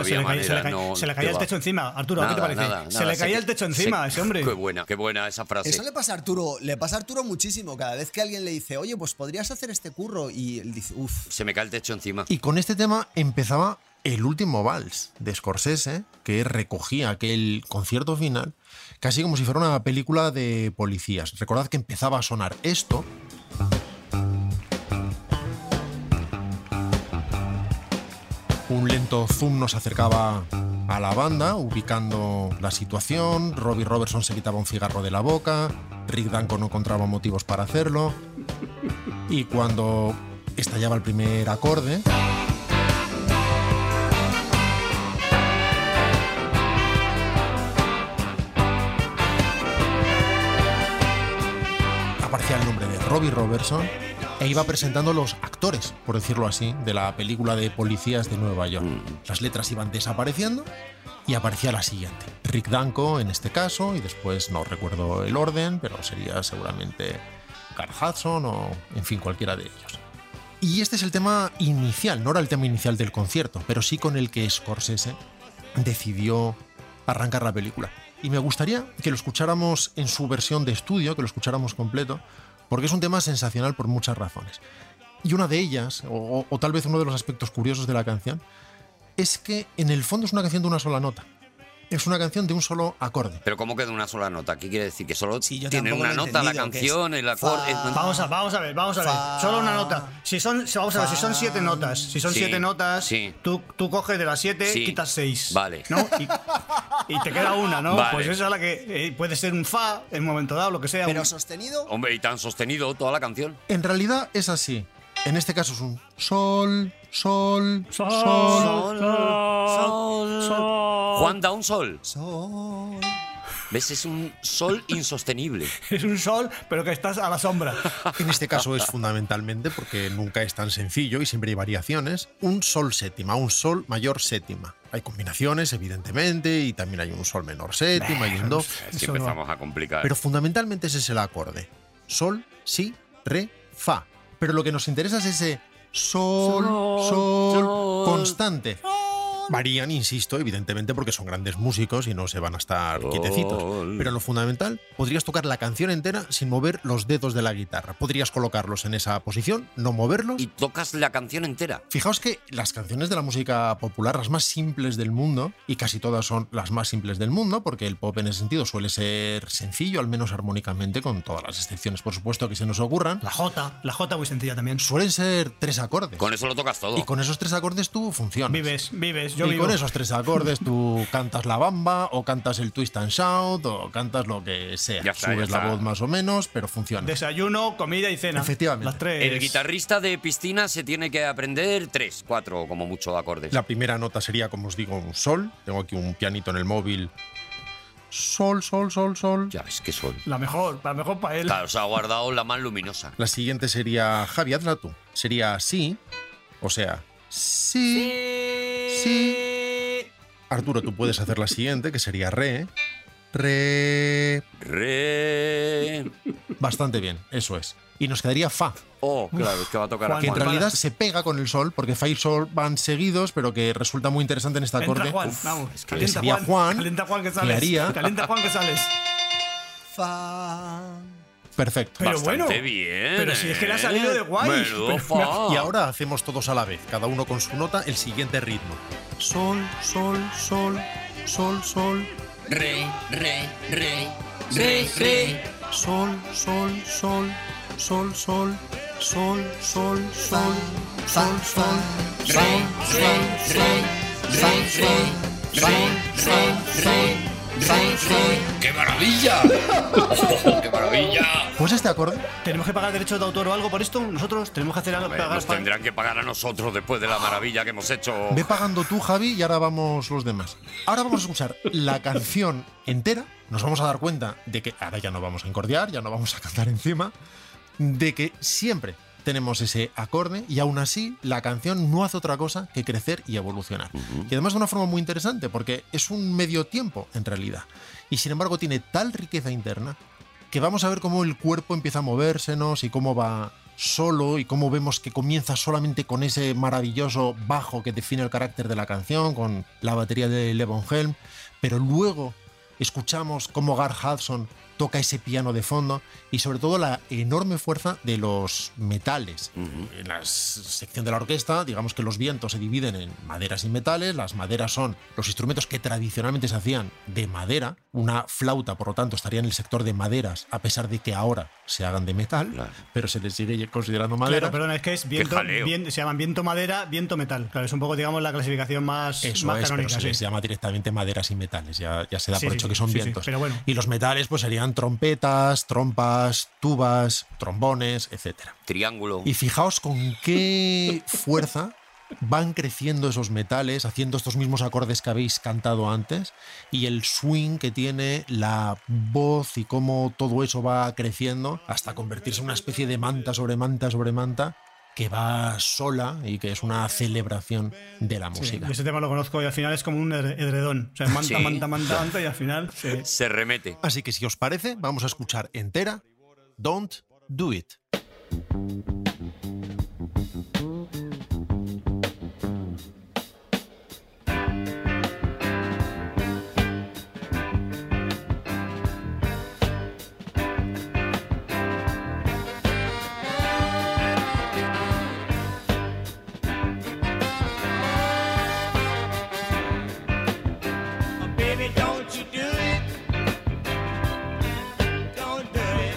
podía,
estar.
no
se, le
había
caía, se le
manera,
caía-
no,
se le
te
caía el
va.
techo encima. Arturo, ¿qué te
Nada,
parece?
nada,
se
nada,
le
sé
caía
que-
el techo
sé-
encima, ese hombre.
Qué buena, qué buena esa frase.
Eso le pasa a Arturo, le pasa a Arturo muchísimo. Cada vez que alguien le dice, oye, pues podrías hacer este curro, y él dice, uff,
Se me cae el techo encima.
Y con este tema empezaba el último vals de Scorsese, que recogía aquel concierto final, casi como si fuera una película de policías. Recordad que empezaba a sonar esto. Un lento zoom nos acercaba a la banda, ubicando la situación. Robbie Robertson se quitaba un cigarro de la boca. Rick Danko no encontraba motivos para hacerlo. Y cuando estallaba el primer acorde, aparecía el nombre de Robbie Robertson e iba presentando los actores, por decirlo así, de la película de policías de Nueva York. Las letras iban desapareciendo y aparecía la siguiente. Rick Danko en este caso, y después no recuerdo el orden, pero sería seguramente Carl Hudson o, en fin, cualquiera de ellos. Y este es el tema inicial, no era el tema inicial del concierto, pero sí con el que Scorsese decidió arrancar la película. Y me gustaría que lo escucháramos en su versión de estudio, que lo escucháramos completo, porque es un tema sensacional por muchas razones. Y una de ellas, o, o- o tal vez uno de los aspectos curiosos de la canción, es que en el fondo es una canción de una sola nota. Es una canción de un solo acorde.
Pero ¿cómo queda una sola nota? ¿Qué quiere decir? Que solo
Sí, yo
tiene
tampoco
una
lo he
nota la
entendido, que es
canción, el acorde.
fa-
es-
Vamos a, vamos a ver, vamos a ver.
Fa-
Solo una nota. Si son, si- vamos a ver, si son siete notas, si son
Sí,
siete notas,
sí.
tú, tú coges de las siete,
Sí.
quitas seis.
Vale.
¿no? Y, y te queda una, ¿no?
Vale.
Pues esa es la que eh, puede ser un fa en un momento dado, lo que sea.
pero
un-
sostenido.
Hombre, y tan sostenido toda la canción.
En realidad es así. En este caso es un sol, sol, sol.
Sol, sol, Juan da un sol.
Sol.
¿Ves? Es un sol insostenible.
es un sol, pero que estás a la sombra.
En este caso es fundamentalmente porque nunca es tan sencillo y siempre hay variaciones. Un sol séptima, un sol mayor séptima. Hay combinaciones, evidentemente, y también hay un sol menor séptima y un do.
Es que
Eso no.
empezamos a complicar.
Pero fundamentalmente ese es el acorde. Sol, si, re, fa. Pero lo que nos interesa es ese sol, sol,
sol.
constante. Varían, insisto, evidentemente porque son grandes músicos y no se van a estar quietecitos.
Sol.
Pero lo fundamental, podrías tocar la canción entera sin mover los dedos de la guitarra. Podrías colocarlos en esa posición, no moverlos.
Y tocas la canción entera.
Fijaos que las canciones de la música popular, las más simples del mundo, y casi todas son las más simples del mundo, porque el pop en ese sentido suele ser sencillo, al menos armónicamente, con todas las excepciones, por supuesto, que se nos ocurran,
La J, la J muy sencilla también.
suelen ser tres acordes.
Con eso lo tocas todo.
Y con esos tres acordes tú funcionas.
Vives, vives, yo
y
vivo.
con esos tres acordes tú cantas la bamba, o cantas el twist and shout, o cantas lo que sea.
Ya está, ya
Subes la
está.
voz más o menos, pero funciona.
Desayuno, comida y cena.
Efectivamente.
Las tres.
El guitarrista de piscina se tiene que aprender tres, cuatro, como mucho acordes.
La primera nota sería, como os digo, un sol. Tengo aquí un pianito en el móvil. Sol, sol, sol, sol.
Ya ves qué sol.
La mejor, la mejor para él.
Claro, se ha guardado la más luminosa.
La siguiente sería, Javi, hazla tú. Sería sí, o sea, sí, sí. Arturo, tú puedes hacer la siguiente, que sería re. Re.
Re.
Bastante bien, eso es. Y nos quedaría fa,
Oh, claro, es que va a tocar a
Juan,
que en
Juan.
Bueno,
realidad
para-
se pega con el sol, porque fa y sol van seguidos, pero que resulta muy interesante en este
Entra
acorde.
Juan,
Uf,
vamos.
que
calienta
sería
Juan,
Juan,
Calienta Juan que sales.
que haría-
Calienta Juan que sales.
Fa.
Perfecto.
Pero
Bastante
bueno,
bien.
pero si es que le ha
¿eh?
salido de guay.
Menudo
Pero-
fa.
Y ahora hacemos todos a la vez, cada uno con su nota, el siguiente ritmo. Sol, sol, sol, sol, sol,
Re, re, re. Re, re.
sol, sol, sol, sol, sol, sol, sol, sol,
Fa.
sol,
Fa.
sol.
Fa. Fa. Fa. Fa. Fa. Fa. Fa.
¡Qué maravilla! ¡Qué maravilla!
Pues este acorde.
¿Tenemos que pagar derechos de autor o algo por esto? ¿Nosotros tenemos que hacer algo?
Bueno,
pagar
nos
pa-
tendrán que pagar a nosotros después de la maravilla que hemos hecho.
Ve pagando tú, Javi, y ahora vamos los demás. Ahora vamos a escuchar la canción entera. Nos vamos a dar cuenta de que ahora ya no vamos a encordiar, ya no vamos a cantar encima, de que siempre tenemos ese acorde y aún así la canción no hace otra cosa que crecer y evolucionar. Y además de una forma muy interesante, porque es un medio tiempo en realidad. Y sin embargo tiene tal riqueza interna que vamos a ver cómo el cuerpo empieza a movérsenos y cómo va solo y cómo vemos que comienza solamente con ese maravilloso bajo que define el carácter de la canción, con la batería de Levon Helm, pero luego escuchamos cómo Gar Hudson toca ese piano de fondo y sobre todo la enorme fuerza de los metales. En la s- sección de la orquesta, digamos que los vientos se dividen en maderas y metales, las maderas son los instrumentos que tradicionalmente se hacían de madera, una flauta por lo tanto estaría en el sector de maderas, a pesar de que ahora se hagan de metal,
Claro.
pero se les sigue considerando madera.
Claro, perdona, es que es viento,
jaleo.
vien- se llaman viento madera, viento metal. Claro, es un poco, digamos, la clasificación más,
Eso
más
es, pero
canónica.
se
sí.
les llama directamente maderas y metales, ya, ya se da
Sí,
por
sí,
hecho
sí,
que son
sí, sí,
vientos.
pero bueno.
Y los metales pues serían trompetas, trompas, tubas, trombones, etcétera.
Triángulo.
Y fijaos con qué fuerza van creciendo esos metales, haciendo estos mismos acordes que habéis cantado antes, y el swing que tiene la voz y cómo todo eso va creciendo hasta convertirse en una especie de manta sobre manta sobre manta que va sola y que es una celebración de la
Sí,
música.
yo ese tema lo conozco y al final es como un edre- edredón. O sea, manta,
Sí.
manta, manta, manta y al final. sí.
Se remete.
Así que si os parece, vamos a escuchar entera Don't Do It.
Baby, don't you do it. Don't do it.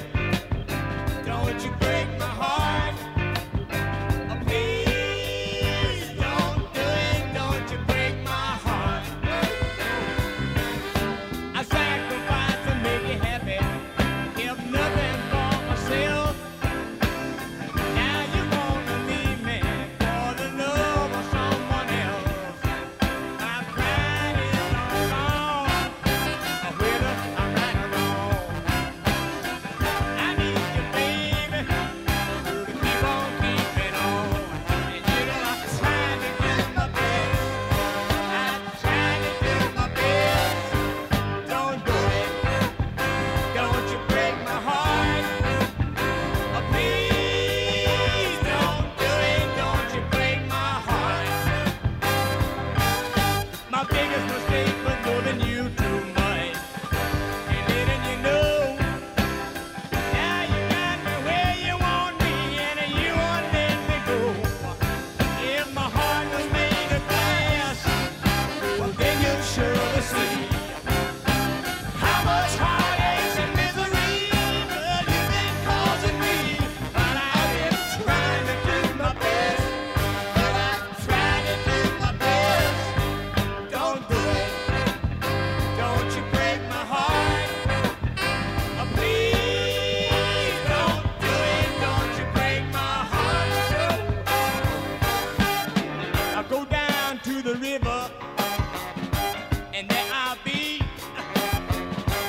Don't you break my heart. Oh, please, don't do it. Don't you break my heart. I sacrifice to make you happy. If nothing for myself. Now you wanna leave me for the love of someone else. I'm right and I'm wrong. Whether I'm right or wrong. I need you, baby, to keep on keeping on. And you know I'm trying to do my best. I'm trying to do my best. Don't do it. Don't you break my heart. Oh, please don't do it. Don't you break my heart. My biggest mistake was loving you too much. And didn't you know? Now you got me where you want me, and you won't let me go. If my heart was made of glass, well then you'll surely see. How much heartaches and misery well, you've been causing me. But I've been trying to do my best. Well, I've tried to do my best. Don't do it. Don't you break my heart. Oh, please don't do it. Don't you break my heart. I'll go down to the river and there I'll be.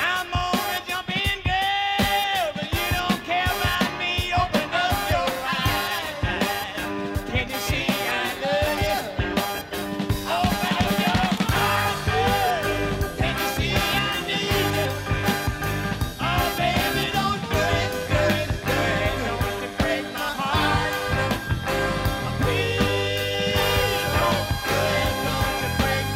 I'm gonna jump in, girl, but you don't care about me. Open up your eyes. Can't you see I love you? Oh, Please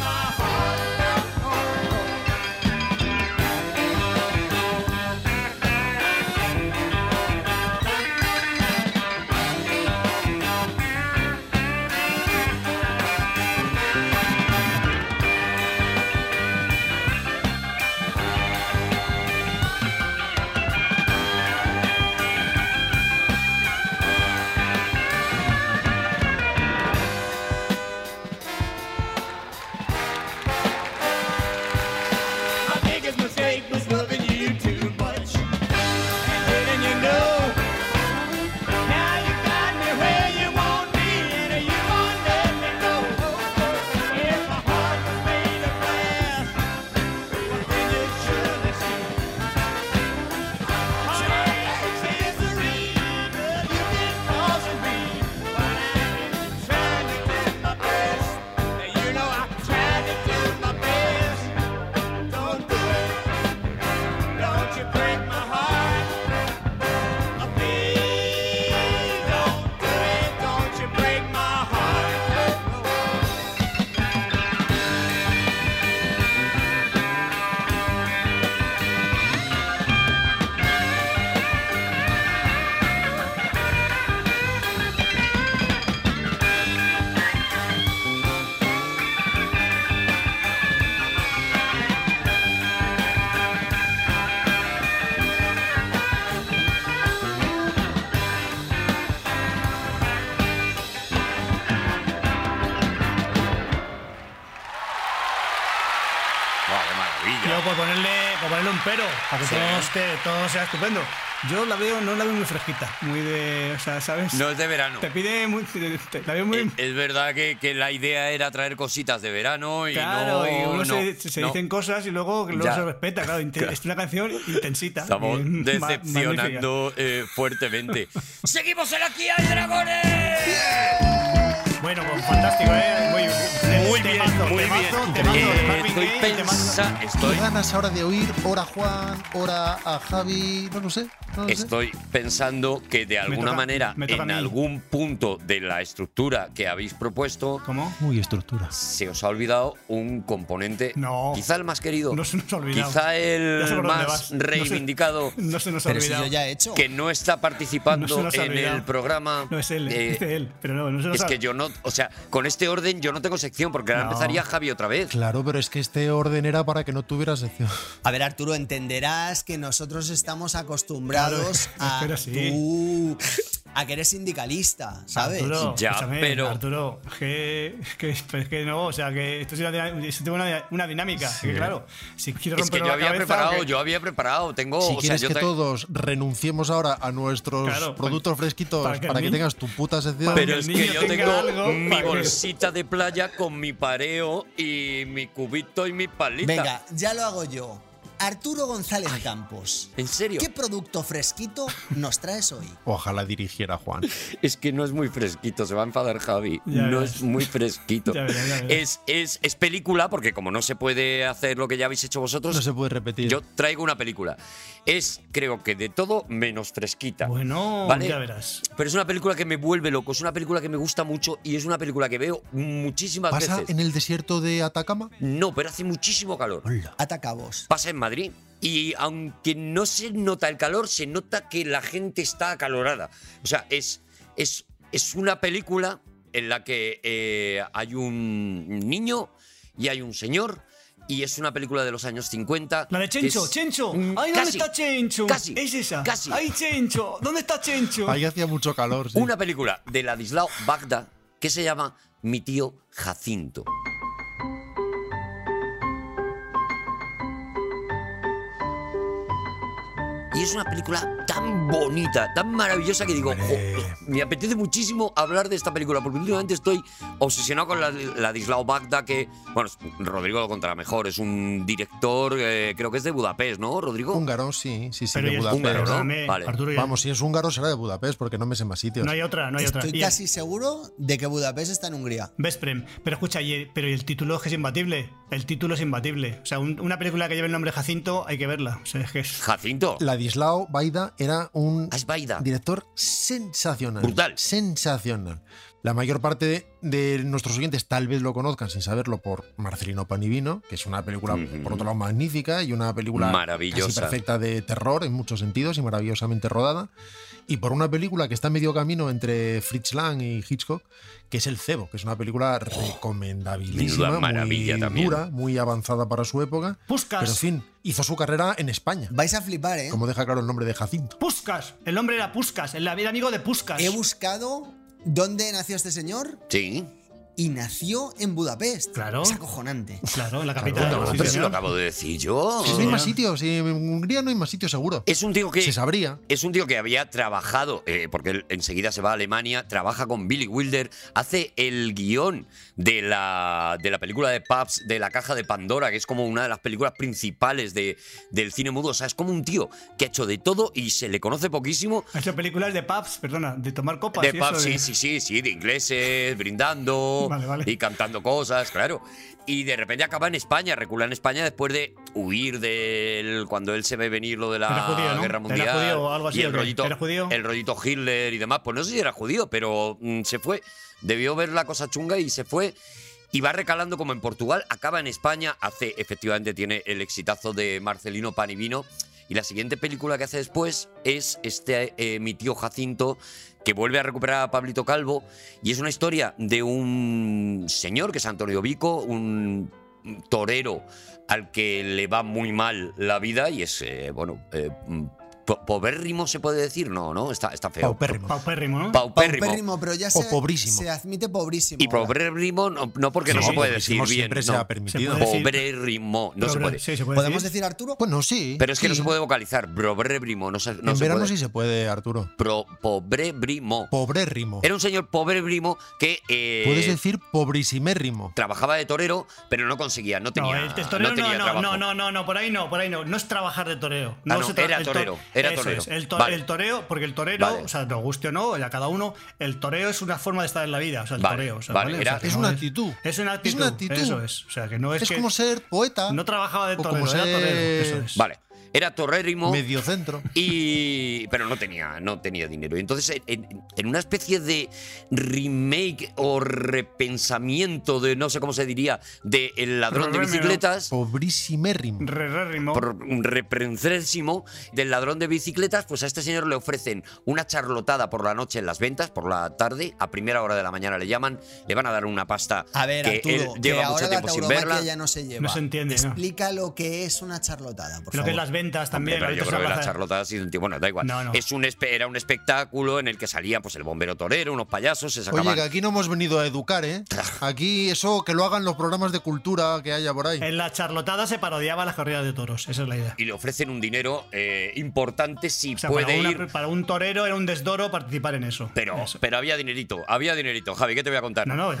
don't do it, don't you break
Yo por ponerle, por ponerle un pero, para que
Sí.
todo, esté- todo sea estupendo. Yo la veo, no la veo muy fresquita, muy de, o sea, ¿sabes?
No es de verano.
Te pide muy, te- te- la veo muy...
Eh, Es verdad que, que la idea era traer cositas de verano y
Claro,
no.
y uno
no,
se, se
no.
dicen cosas y luego, luego
Ya.
se respeta, claro, inte- es una canción intensita.
Estamos
eh, ma- magnífica.
decepcionando eh, fuertemente. ¡Seguimos en Aquí hay dragones!
Bueno, pues fantástico, ¿eh? Muy,
Muy bien,
temazo,
muy
temazo,
bien.
temazo de
Eh,
Marvin
estoy
Gaye, temazo-
pensa-
Qué
estoy,
ganas ahora de oír, hora a Juan, hora a Javi, no lo sé. No lo sé.
estoy pensando que de alguna
toca-
manera,
me toca a
en
mí.
algún punto de la estructura que habéis propuesto,
¿Cómo?
Muy estructura.
se os ha olvidado un componente,
No.
quizá el más querido,
No se nos ha olvidado.
quizá el
Ya sé por dónde vas.
más
No se-
reivindicado,
No se nos ha
Pero
Si
olvidado.
yo ya he hecho.
que no está
No se
participando
nos ha
en el
olvidado.
programa.
No es él,
Eh,
es de él, pero no, no se nos
es
ha
que yo no, o sea, con este orden yo no tengo sección porque ahora
No.
empezaría Javi otra vez.
Claro, pero es que este orden era para que no tuviera sección.
A ver, Arturo, entenderás que nosotros estamos acostumbrados
Claro,
a
espero sí.
tú- a que eres sindicalista, ¿sabes?
Arturo,
Ya,
escúchame,
pero-
Arturo, es que, es que- pero es que no, o sea, que esto tiene una, dina- esto tiene una- una dinámica. es que claro, si quiero
Es que
romper
yo había preparado, yo había preparado, tengo,
si
Oh, o sea,
quieres
yo
que
te-
todos renunciemos ahora a nuestros
Claro,
productos fresquitos
para
para
que
que,
el niño-
tengas tu puta sección.
que
pero
el
es que
niño
yo
tenga
tengo
algo para
mi
que-
bolsita de playa con mi pareo y mi cubito y mi palita.
Venga, ya lo hago yo. Arturo González Campos.
¿en serio?
¿Qué producto fresquito nos traes hoy?
Ojalá dirigiera Juan.
Es que no es muy fresquito, se va a enfadar Javi.
Ya
no
verás.
es muy fresquito.
Ya verás, ya verás.
es, es, es película, porque como no se puede hacer lo que ya habéis hecho vosotros,
No se puede repetir.
yo traigo una película. Es, creo que de todo, menos fresquita.
Bueno,
¿Vale?
ya verás.
Pero es una película que me vuelve loco, es una película que me gusta mucho y es una película que veo muchísimas
¿Pasa
veces.
en el desierto de Atacama?
No, pero hace muchísimo calor.
Atacabos.
Pues, Pasa en Madrid. Y aunque no se nota el calor, se nota que la gente está acalorada. O sea, es, es, es una película en la que eh, hay un niño y hay un señor. Y es una película de los años 50.
La de
que
Chencho,
es-
Chencho.
Mm,
Ay, ¿dónde
casi,
está Chencho?
Casi.
Es esa.
Casi.
Ay, Chencho. ¿Dónde está Chencho?
Ahí hacía mucho calor. sí.
Una película de Ladislao Bagda que se llama Mi tío Jacinto. Y es una película tan bonita, tan maravillosa que digo, "Jo, me apetece muchísimo hablar de esta película, porque últimamente estoy obsesionado con la- Ladislao Bagda, que, bueno, Rodrigo lo contará mejor, es un director, eh, creo que es de Budapest, ¿no, Rodrigo?
Húngaro, sí, sí, sí,
Pero
de
ya está,
Budapest.
Húngaro, ¿no?
perdóname,
Vale.
Arturo, ya-
Vamos, si es húngaro será de Budapest, porque no me sé más sitios.
No hay otra, no hay otra.
Estoy
Y-
casi seguro de que Budapest está en Hungría.
Vesprem. Pero escucha, y el- pero y el título es que es imbatible. El título es imbatible. O sea, un- una película que lleve el nombre Jacinto hay que verla. O sea, es que es.
Jacinto.
Ladislao Baida era un
Ah, es Baida.
director sensacional.
Brutal.
Sensacional. La mayor parte de, de nuestros oyentes tal vez lo conozcan sin saberlo por Marcelino Panivino, que es una película,
Ujú.
por otro lado, magnífica y una película casi
Maravillosa.
perfecta de terror en muchos sentidos y maravillosamente rodada. Y por una película que está en medio camino entre Fritz Lang y Hitchcock, que es El Cebo, que es una película
menuda
recomendabilísima,
Oh, maravilla
muy
también.
dura, muy avanzada para su época.
Puskas.
Pero en fin, hizo su carrera en España,
Vais a flipar, ¿eh?
como deja claro el nombre de Jacinto.
Puskas. El nombre era Puskas. El, era amigo de Puskas.
He buscado dónde nació este señor
Sí.
y nació en Budapest.
Claro.
Es acojonante.
Claro, la capital.
Pero
sí,
pero si lo
señor.
acabo de decir yo.
Sí, no hay más sitios, en Hungría no hay más sitios seguro.
Es un tío que.
Se sabría.
Es un tío que había trabajado, eh, porque él enseguida se va a Alemania, trabaja con Billy Wilder, hace el guión de la, de la película de Pabst, de la caja de Pandora, que es como una de las películas principales de, del cine mudo. O sea, es como un tío que ha hecho de todo y se le conoce poquísimo.
Ha hecho películas de pubs, perdona, de tomar copas.
De
y eso,
pubs,
de-
sí, sí, sí, sí, de ingleses, brindando
Vale, vale.
y cantando cosas, claro. Y de repente acaba en España, recula en España después de huir del. cuando él se ve venir lo de la
Era judío, ¿no?
guerra
Era
mundial.
judío o algo así,
y el
¿o qué?
rollito,
¿Era judío?
el rollito Hitler y demás. Pues no sé si era judío, pero mm, se fue. Debió ver la cosa chunga y se fue. Y va recalando como en Portugal, acaba en España, hace, efectivamente, tiene el exitazo de Marcelino Panivino. Y la siguiente película que hace después es este eh, Mi tío Jacinto, que vuelve a recuperar a Pablito Calvo. Y es una historia de un señor que es Antonio Vico, un torero al que le va muy mal la vida y es, eh, bueno, eh, po- Pobérrimo se puede decir, no, no, está, está feo.
Paupérrimo.
Paupérrimo, ¿no?
Paupérrimo.
Paupérrimo, pero ya
O
se,
pobrísimo.
se admite pobrísimo.
Y
ahora.
pobérrimo, no, no, porque no
Sí,
se puede decir
pobrísimo
bien.
siempre se
no.
ha permitido.
Se puede decir.
Pobrérrimo, no se
Pero,
puede.
Sí, se puede
¿Podemos decir Arturo?
Pues,
Bueno, sí.
Pero es que no
Pues sí.
se puede vocalizar. Pobrérrimo, no se, no
en
se
verano
puede.
sí se puede, Arturo.
Pro- pobrérrimo.
Pobrérrimo.
Era un señor pobrérrimo que eh,
Puedes decir pobrísimérrimo.
trabajaba de torero, pero no conseguía, no
No,
tenía,
el te-
no
torero no,
tenía
no,
trabajo.
no, no, no, no, por ahí no, por ahí no. No es trabajar de toreo.
Ah, no,
se tra-
era
el to-
torero, era
Eso
torero.
es, el, to-
Vale.
el toreo, porque el torero,
Vale.
o sea, nos guste o no, ya cada uno, el toreo es una forma de estar en la vida, o sea, el
Vale,
toreo. o sea,
vale,
¿vale? O
era-
sea, que
Es
no
una actitud.
Es una actitud.
actitud.
Eso es. O sea, que no es,
Es,
que
como ser poeta.
no trabajaba de
o como
torero, era
ser-
torero. Eso es.
Vale, era torérrimo.
Medio centro.
Y, pero no tenía, no tenía dinero. Y Entonces, en, en- en una especie de remake o repensamiento de, no sé cómo se diría, de El ladrón de
Remero.
bicicletas,
Pobrísimérrimo.
Rerérrimo.
por un reprencésimo del ladrón de bicicletas, pues a este señor le ofrecen una charlotada por la noche en las ventas, por la tarde, a primera hora de la mañana le llaman, le van a dar una pasta
A ver,
que él
Arturo, que
lleva mucho
ahora la
tiempo sin verla.
tauromaquia ya no se lleva.
No se entiende, ¿no?
Explica lo que es una charlotada, por
Lo
favor.
que es las ventas también.
Pero yo
ahorita
creo
se
que
habla-
la charlota ha sido un tío- Bueno, da igual.
No, no.
Es un, espe- era un espectáculo en el que salía pues, el bombero torero, unos payasos, se sacaban.
Oye, que aquí no hemos venido a educar, ¿eh? Aquí eso que lo hagan los programas de cultura que haya por ahí.
En la charlotada se parodiaba las corridas de toros, esa es la idea.
y le ofrecen un dinero eh, importante si
O sea,
puede
para, una-
ir.
para un torero era un desdoro participar en eso.
Pero,
Eso.
pero había dinerito, había dinerito. Javi, ¿qué te voy a contar?
No, no,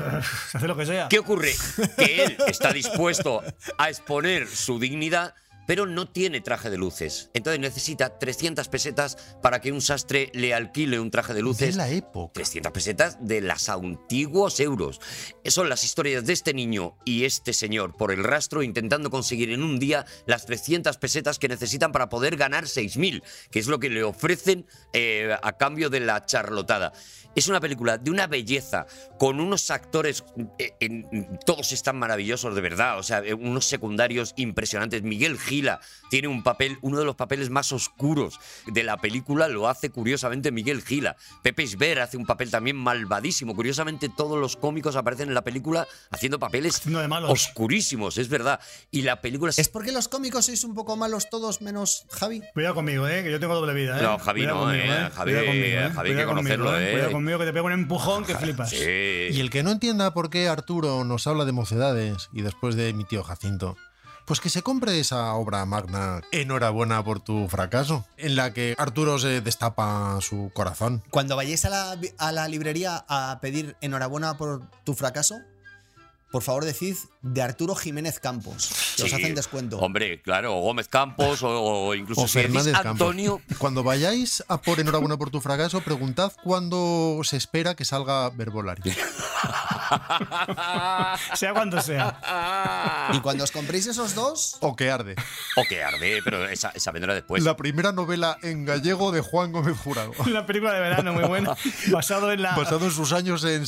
se hace lo que sea.
¿Qué ocurre? Que él está dispuesto a exponer su dignidad, pero no tiene traje de luces. Entonces necesita 300 pesetas para que un sastre le alquile un traje de
de
luces.
la época.
300 pesetas de las antiguos euros. Son las historias de este niño y este señor por el rastro intentando conseguir en un día las 300 pesetas que necesitan para poder ganar 6.000, que es lo que le ofrecen eh, a cambio de la charlotada. Es una película de una belleza, con unos actores, eh, en- todos están maravillosos de verdad, o sea, eh, unos secundarios impresionantes. Miguel Gila tiene un papel, uno de los papeles más oscuros de la película, lo hace curiosamente Miguel Gila. Pepe Isber hace un papel también malvadísimo. Curiosamente, todos los cómicos aparecen en la película haciendo papeles
Haciendo de malos.
oscurísimos, es verdad. Y la película se
Es porque los cómicos sois un poco malos todos menos Javi.
Cuidado conmigo, eh, que yo tengo doble vida, eh.
No, Javi
Cuidado
no, eh, Javi,
Cuidado
Javi, hay que
Cuidado conmigo,
conocerlo, eh.
Cuidado conmigo que te pego un empujón que flipas.
Sí.
Y el que no entienda por qué Arturo nos habla de mocedades y después de mi tío Jacinto, pues que se compre esa obra magna Enhorabuena por tu fracaso, en la que Arturo se destapa su corazón.
Cuando vayáis a la, a la librería a pedir enhorabuena por tu fracaso, por favor decid de Arturo Jiménez Campos. Que os
Sí.
hacen descuento.
Hombre, claro, o Gómez Campos, o, o incluso
O
si decís
Fernández Campos.
Antonio.
Cuando vayáis a por Enhorabuena por tu fracaso, preguntad cuándo se espera que salga Verbolario.
Sea cuando sea.
Y cuando os compréis esos dos,
O que arde.
O que arde, pero esa, esa vendrá después.
La primera novela en gallego de Juan Gómez Jurado.
La película de verano muy buena, basado en la,
Basado en sus años en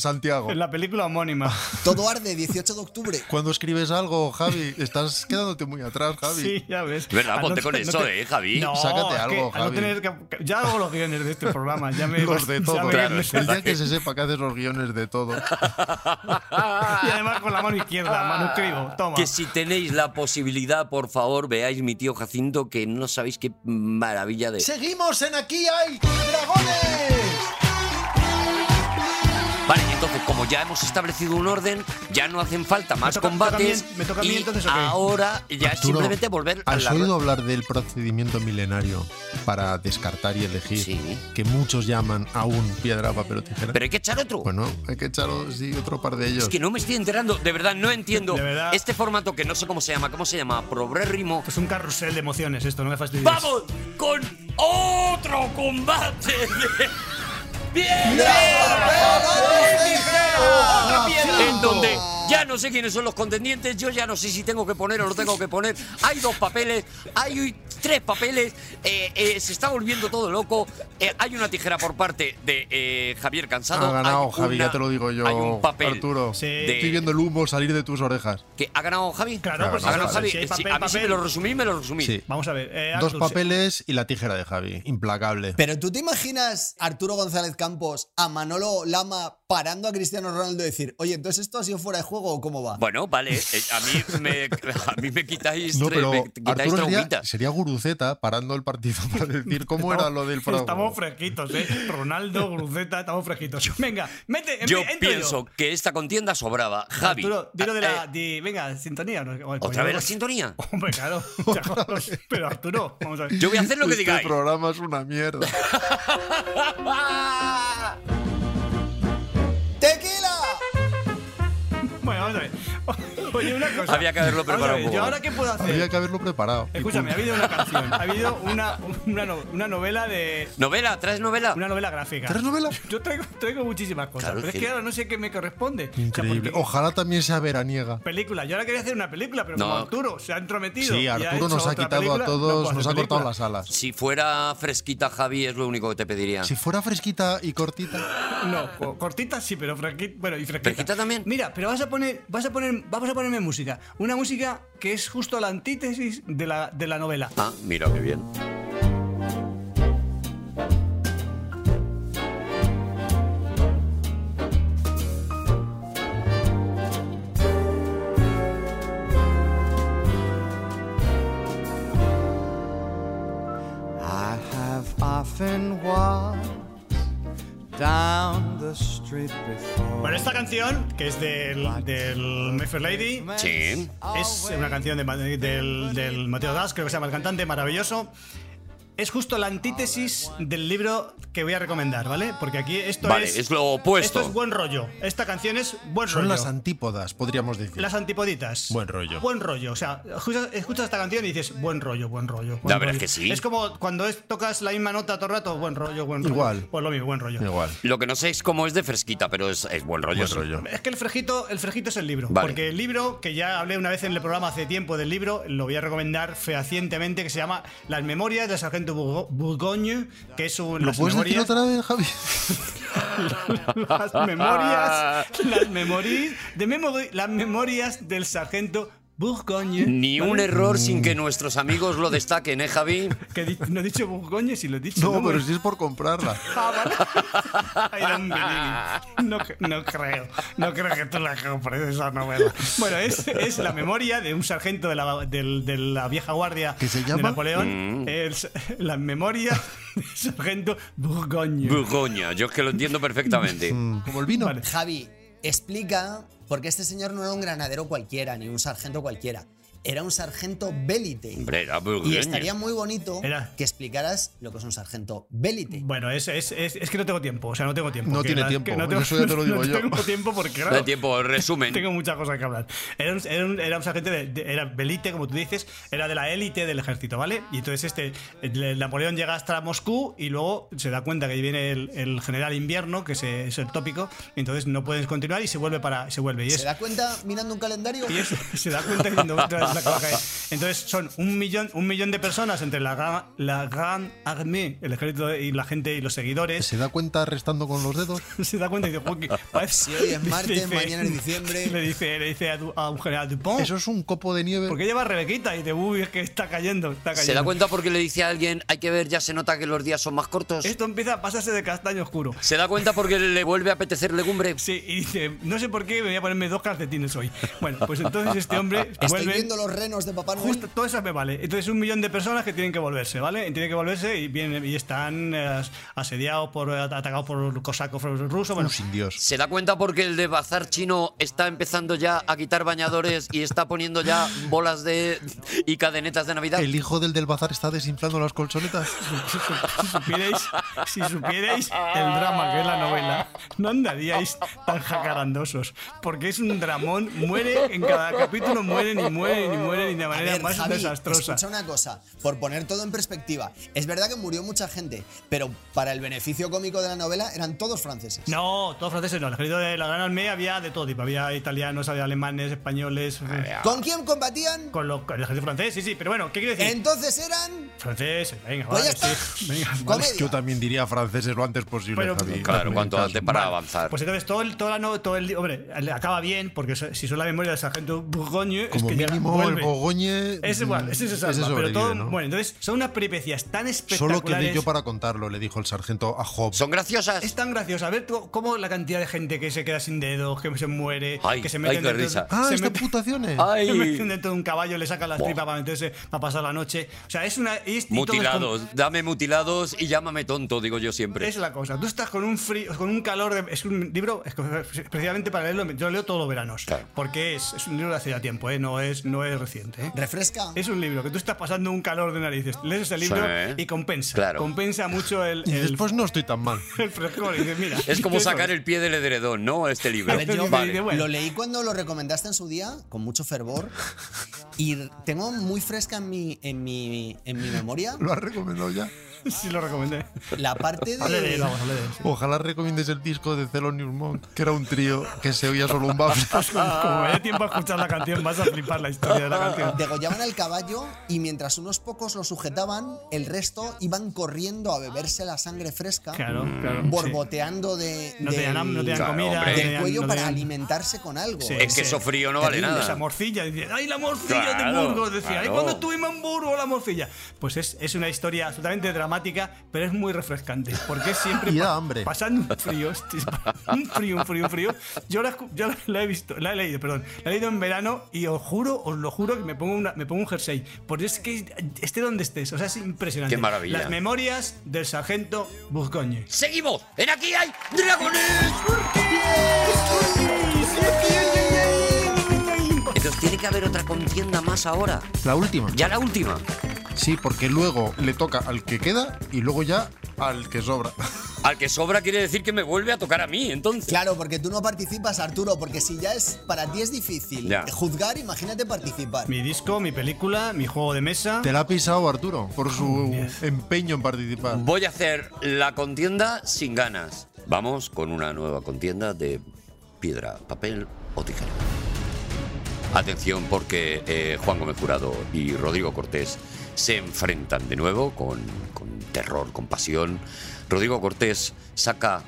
Santiago.
en la película homónima.
todo arde 18 de octubre.
Cuando escribes algo, Javi, estás quedándote muy atrás, Javi.
Sí, ya ves.
¿Verdad?
Al
Ponte
no-
con
no
eso, eh, Javi.
No,
Sácate
es que
algo,
al no
Javi.
tener que- ya hago los guiones de este programa, ya me
Los de
ya
todo.
me-
Claro, es
el
verdad
día que se sepa que haces los guiones de todo.
Y además con la mano izquierda, manuscribo, toma.
Que si tenéis la posibilidad, por favor, veáis mi tío Jacinto, que no sabéis qué maravilla de.
¡Seguimos en Aquí hay dragones!
Vale, entonces, como ya hemos establecido un orden, ya no hacen falta más
toca-
combates.
toca a mí- me toca a mí,
y
entonces, ¿o qué?
ahora ya es
Arturo,
simplemente volver a
¿Has
la.
oído hablar del procedimiento milenario para descartar y elegir?
Sí.
Que muchos llaman aún piedra, papel o tijera.
Pero hay que echar otro.
Bueno, hay que echar sí, otro par de ellos.
Es que no me estoy enterando, de verdad, no entiendo.
De verdad.
Este formato que no sé cómo se llama, ¿cómo se llama? Probrérrimo.
Es un carrusel de emociones esto, no me fastidies.
¡Vamos con otro combate! de- ¡Bien! En donde ya no sé quiénes son los contendientes, yo ya no sé si tengo que poner o no tengo que poner. Hay dos papeles, hay hoy tres papeles, eh, eh, se está volviendo todo loco. eh, hay una tijera por parte de eh, Javier Cansado.
Ha ganado
hay
Javi,
una-
ya te lo digo yo,
Hay un papel
Arturo.
Sí.
de-
Estoy viendo el humo salir de tus orejas.
que ha ganado Javi.
Claro, pues
ha ganado
eso,
Javi.
si hay
Sí,
papel,
a mí sí me
papel.
lo resumí, me lo resumí.
Sí.
Vamos a ver. eh, Artur,
Dos
sí.
papeles y la tijera de Javi. Implacable.
Pero tú te imaginas a Arturo González Campos, a Manolo Lama parando a Cristiano Ronaldo y decir, oye, entonces esto ha sido fuera de juego o cómo va?
Bueno, vale, eh, a mí me, a mí me quitáis,
No,
tres-
pero
me quitáis
Arturo
tres
sería,
gomitas.
sería guruceta parando el partido para decir cómo era lo del fraude.
Estamos fresquitos, ¿eh? Ronaldo, Gruceta, estamos fresquitos. Venga, mete, em-
Yo
entro
pienso que esta contienda sobraba. Javi.
Arturo, dilo de
eh,
la. di- venga, sintonía. ¿no? Oye, pues
¿Otra
coño,
vez la sintonía?
Hombre, claro. ya, Pero Arturo, vamos a ver.
Yo voy a hacer lo que
este
digáis.
programa es una mierda.
¡Tequila!
Bueno, vamos a ver. Oye, una cosa.
Había que haberlo
Vamos a
preparado un
ver,
poco
¿Yo
más.
ahora qué puedo hacer?
Había que haberlo preparado. Y
Escúchame, ha habido una canción, ha habido una, una, no- una novela de.
¿Novela? ¿Traes novela?
Una novela gráfica.
¿Tres novelas?
Yo traigo, traigo muchísimas cosas,
Claro,
pero es
que-
que ahora no sé qué me corresponde. O sea,
Increíble.
porque-
Ojalá también sea veraniega.
Película. Yo ahora quería hacer una película, pero
No.
como Arturo se ha entrometido.
Sí,
y ha
Arturo
hecho
nos ha
otra
quitado
película,
a
no
todos,
puedo
nos ha
hacer
cortado
película.
las alas.
Si fuera fresquita, Javi, es lo único que te pediría.
Si fuera fresquita y cortita.
No, co- cortita sí, pero franquita. Bueno, y fresquita.
¿Fresquita también?
Mira, pero vas a poner, vas a poner, vamos a ponerme música. Una música que es justo la antítesis de la, de la novela.
Ah, mira qué bien.
I have often walked down the street before.
Bueno, esta canción, que es del, del Mayfair Lady,
Sí.
es una canción de Ma- del, del Mateo Das, creo que se llama el cantante, maravilloso. Es justo la antítesis del libro que voy a recomendar, ¿vale? Porque aquí esto
Vale,
es.
es lo opuesto.
Esto es buen rollo. Esta canción es buen
Son
rollo.
las antípodas, podríamos decir.
Las antipoditas.
Buen rollo.
Buen rollo. O sea, escuchas, escuchas esta canción y dices, buen rollo, buen rollo. buen
La verdad
rollo".
es que sí.
Es como cuando es- tocas la misma nota todo el rato, buen rollo, buen rollo.
Igual.
Pues lo mismo, buen rollo.
Igual.
Lo que no sé es cómo es de fresquita, pero es, es buen rollo.
Pues,
Buen
sí.
rollo.
Es que el frejito, el frejito es el libro.
Vale.
Porque el libro, que ya hablé una vez en el programa hace tiempo del libro, lo voy a recomendar fehacientemente, que se llama Las Memorias del Sargento Burgo- Burgoño, que es un.
¿Lo
las
puedes decir
memorias-
otra vez, Javi?
las memorias, las memorias, de memory, las memorias del sargento Burgoño.
Ni un
¿vale?
error sin
Mm.
que nuestros amigos lo destaquen, ¿eh, Javi?
Que he dicho- no he dicho Burgoño, si lo he dicho.
No,
¿no?
pero si es por comprarla.
Ah, vale. Ay, don't believe it. no, cre- no creo, no creo que tú la compres esa novela. Bueno, es, es la memoria de un sargento de la, del- de la vieja guardia
¿Qué se
de
llama?
Napoleón. Es la memoria del sargento Burgoño.
Burgoña, yo es que lo entiendo perfectamente.
Mm, Como el vino.
Vale.
Javi, explica por qué este señor no era un granadero cualquiera, ni un sargento cualquiera. Era un sargento bélite.
Hombre, era
Y
burgoña.
estaría muy bonito
Era.
que explicaras lo que es un sargento bélite.
Bueno, es, es, es, es que no tengo tiempo, o sea, no tengo tiempo.
No
que
tiene
la-
tiempo,
que
eso ya te lo digo
no
yo.
tengo tiempo porque
No hay
claro,
tiempo, resumen.
tengo muchas cosas que hablar. Era un, era un- era un sargento, de, de- era belite, como tú dices, era de la élite del ejército, ¿vale? Y entonces este, el Napoleón llega hasta Moscú y luego se da cuenta que viene el, el general invierno, que se- es el tópico, y entonces no puedes continuar y se vuelve para... Se vuelve y es,
¿Se da cuenta mirando un calendario?
y eso, se da cuenta diciendo, "Ostras, la que va a caer". Entonces son un millón, un millón de personas entre la gran, la gran armée, el ejército y la gente y los seguidores.
¿Se da cuenta restando con los dedos?
se da cuenta y dice, "Joder, que parece-
Si hoy es
dice-
martes,
dice-
mañana es diciembre.
Le dice, le dice a, Du- a un general Dupont,
Eso es un copo de nieve.
¿por qué lleva a Rebequita? Y dice, uy, es que está cayendo, está cayendo.
Se da cuenta porque le dice a alguien, hay que ver, ya se nota que los días son más cortos.
Esto empieza a pasarse de castaño oscuro.
Se da cuenta porque le vuelve a apetecer legumbre.
Sí, y dice, no sé por qué me voy a ponerme dos calcetines hoy. Bueno, pues entonces este hombre
Estoy
vuelve...
viendo los renos de Papá Noel.
Justo, todo eso me vale. Entonces, un millón de personas que tienen que volverse, ¿vale? Y tienen que volverse y, vienen, y están eh, asediados, por, eh, atacados por cosacos rusos. Bueno,
Un Uh, sin Dios.
Se da cuenta porque el de bazar chino está empezando ya a quitar bañadores y está poniendo ya bolas de y cadenetas de Navidad.
El hijo del del bazar está desinflando las colchonetas.
si supierais, si supierais el drama que es la novela, no andaríais tan jacarandosos. Porque es un dramón, muere en cada capítulo, mueren y mueren y mueren y de
A
manera
ver,
más
Javi,
desastrosa.
escucha una cosa, por poner todo en perspectiva. Es verdad que murió mucha gente, pero para el beneficio cómico de la novela eran todos franceses.
No, todos franceses no. El ejército de la Gran Armée había de todo tipo. Había italianos, había alemanes, españoles.
¿Con quién combatían?
Con, lo- con el ejército francés, sí, sí. Pero bueno, ¿qué quiere decir?
Entonces eran...
Francés, venga,
Pues
vale,
ya está.
sí. Venga, vale.
Comedia.
Yo también diría franceses lo antes posible,
Pero- eh,
Javi.
Claro,
Hazme
cuanto
caso.
antes para
Vale,
avanzar.
Pues entonces todo el, toda la no- todo el día- hombre, le acaba bien, porque so- si son la memoria del sargento Bourgogne, es
Como
que llega-
mínimo,
vuelve.
el Bogoñe.
Es igual, ese se salva, pero
sobrevive,
todo,
¿no?
bueno, entonces son unas peripecias tan espectaculares.
Solo quedé yo para contarlo, le dijo el sargento a Job.
Son graciosas.
Es tan gracioso. A ver tú, cómo la cantidad de gente que se queda sin dedos, que se muere,
Ay,
que se
ay,
mete
qué risa.
Ah,
se
está
mete-
putaciones.
se meten dentro de un caballo, le sacan las
Buah.
tripas para meterse, para pasar la noche. O sea, es una. es- y todo es con-
Mutilados, dame mutilados y llámame tonto, digo yo siempre.
Es la cosa. Tú estás con un frío, con un calor. de- es un libro es que precisamente para leerlo. Yo leo todos los veranos.
Claro.
Porque es, es un libro de hace ya tiempo, ¿eh? no, es, no es reciente. ¿eh?
Refresca.
Es un libro que tú estás pasando un calor de narices. Lees ese libro
Sí.
y compensa.
Claro.
Compensa mucho el,
Y
el,
después no estoy tan mal.
el frescor. Y dices, mira,
Es como
eso
sacar el pie del edredón, ¿no? Este libro.
A ver, yo
Vale.
lo-
Bueno.
lo leí cuando lo recomendaste en su día, con mucho fervor, y tengo muy fresca en mi, en mi, en mi memoria
¿Lo has recomendado ya?
Sí, lo recomendé.
la parte
Hable de él,
de...
vamos, hable de él.
Ojalá recomiendes el disco de Thelonious Monk, que era un trío que se oía solo un bafle.
Como me dé tiempo a escuchar la canción, vas a flipar la historia de la canción.
Degollaban al caballo y mientras unos pocos lo sujetaban, el resto iban corriendo a beberse la sangre fresca,
Claro, claro. sí.
borboteando de,
No tenían, ham- no tenían
Mm. Claro,
comida,
hombre.
no
pues del
tenían-
cuello
no
para
tenían-
alimentarse con algo.
Sí,
Es que eso frío no vale
Terrible, Esa
nada.
morcilla. dice, ¡Ay, la morcilla de
Claro,
Burgos! Decía, ¡ay,
claro.
cuando estuvimos en Burgos, la morcilla! Pues es, es una historia absolutamente dramática, pero es muy refrescante. Porque es siempre
Y da
pa-
hambre.
pasando un frío, hostia, un frío, un frío, un frío. Yo la, escu- yo la- la he visto, la he leído, perdón. La he leído en verano y os juro, os lo juro, que me pongo, una- me pongo un jersey. Porque es que esté donde estés, o sea, es impresionante.
Qué maravilla.
Las memorias del sargento Burgoñe.
Seguimos. En aquí hay dragones. Entonces tiene que haber otra contienda más ahora.
La última.
Ya la última.
Sí, porque luego le toca al que queda y luego ya al que sobra.
Al que sobra quiere decir que me vuelve a tocar a mí, entonces.
Claro, porque tú no participas, Arturo, porque si ya es para ti es difícil
Ya.
juzgar, imagínate participar.
Mi disco, mi película, mi juego de mesa.
Te la ha pisado Arturo por
Oh,
su empeño en participar.
Voy a hacer la contienda sin ganas. Vamos con una nueva contienda de piedra, papel o tijera. Atención porque eh, Juan Gómez Jurado y Rodrigo Cortés se enfrentan de nuevo con, con terror, con pasión. Rodrigo Cortés saca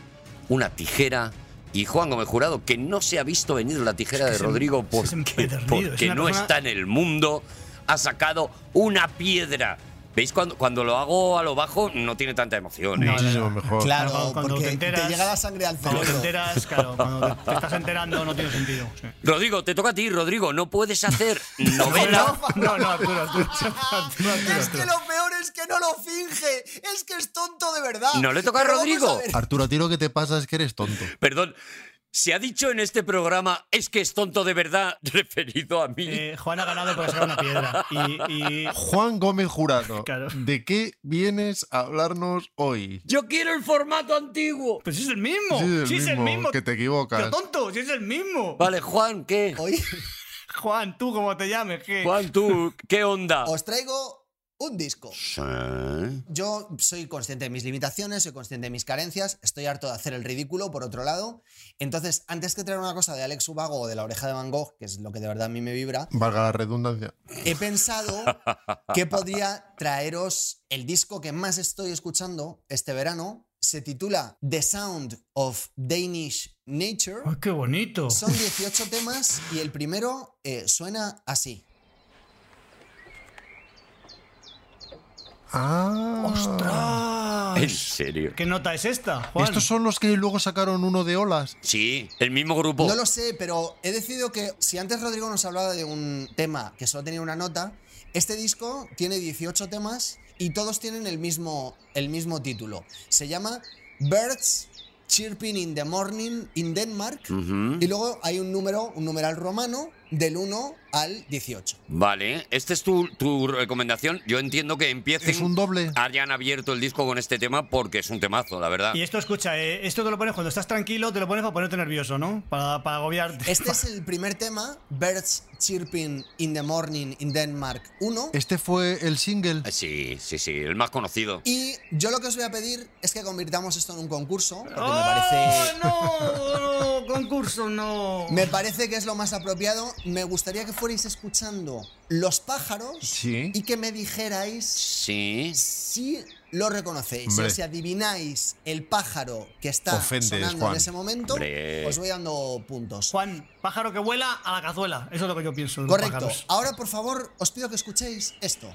una tijera y Juan Gómez Jurado, que no se ha visto venir la tijera de
es un-
Rodrigo
es que es
porque,
empedernido, es
porque
una
no
persona-
está en el mundo, ha sacado una piedra. ¿Veis? Cuando, cuando lo hago a lo bajo no tiene tanta emoción. ¿eh?
Muchísimo mejor.
Claro,
Cuando- cuando
porque
te
te,
enteras-
llega la sangre al
Cuando te
cerebro.
enteras, claro, cuando te- te estás enterando no tiene sentido. sí.
Rodrigo, te toca a ti, Rodrigo. No puedes hacer novela.
No, no, Arturo, Arturo, Arturo, Arturo,
Es que
Arturo.
lo peor es que no lo finge, es que es tonto de verdad.
No le toca a
Pero vamos
Rodrigo.
ver.
Arturo, a ti lo que te pasa es que eres tonto.
Perdón. Se ha dicho en este programa, es que es tonto de verdad, referido a mí.
Eh, Juan ha ganado por sacar una piedra. Y, y-
Juan Gómez Jurado,
Claro.
¿de qué vienes a hablarnos hoy?
Yo quiero el formato antiguo.
Pues es el mismo.
Sí, el
Sí, es el
mismo,
mismo.
que te equivocas.
Pero tonto, si es el mismo.
Vale, Juan, ¿qué?
Hoy
Juan, tú como te llames, ¿qué?
Juan, tú, ¿qué onda?
os traigo un disco.
Sí.
Yo soy consciente de mis limitaciones, soy consciente de mis carencias, estoy harto de hacer el ridículo, por otro lado. Entonces, antes que traer una cosa de Alex Ubago o de la oreja de Van Gogh, que es lo que de verdad a mí me vibra,
Valga la redundancia.
he pensado que podría traeros el disco que más estoy escuchando este verano. Se titula The Sound of Danish Nature.
Ay, qué bonito.
Son 18 temas y el primero eh, suena así.
Ah,
Ah,
¿En serio?
¿Qué nota es esta, Juan?
estos son los que luego sacaron uno de olas.
Sí, el mismo grupo.
No lo sé, pero he decidido que si antes Rodrigo nos hablaba de un tema que solo tenía una nota, este disco tiene 18 temas y todos tienen el mismo, el mismo título. Se llama Birds Chirping in the Morning in Denmark
Ujú.
y luego hay un número, un numeral romano del 1 al 18.
Vale, esta es tu, tu recomendación. Yo entiendo que empiecen.
Es un doble.
Hayan Ah, abierto el disco con este tema porque es un temazo, la verdad.
Y esto, escucha, eh, esto te lo pones cuando estás tranquilo, te lo pones para ponerte nervioso, ¿no? Para, para agobiarte.
Este es el primer tema, Birds Chirping in the Morning in Denmark 1.
Este fue el single.
Sí, sí, sí, el más conocido.
Y yo lo que os voy a pedir es que convirtamos esto en un concurso, porque me parece,
¡Oh, no! ¡Concurso, no!
me parece que es lo más apropiado. Me gustaría que fuerais escuchando los pájaros
Sí.
y que me dijerais
Sí.
si lo reconocéis.
Hombre.
Si os adivináis el pájaro que está
Ofendes,
sonando
Juan.
en ese momento,
Hombre.
os voy dando puntos.
Juan, pájaro que vuela a la cazuela. Eso es lo que yo pienso. de los
Correcto. Ah,
pájaros.
Ahora, por favor, os pido que escuchéis esto.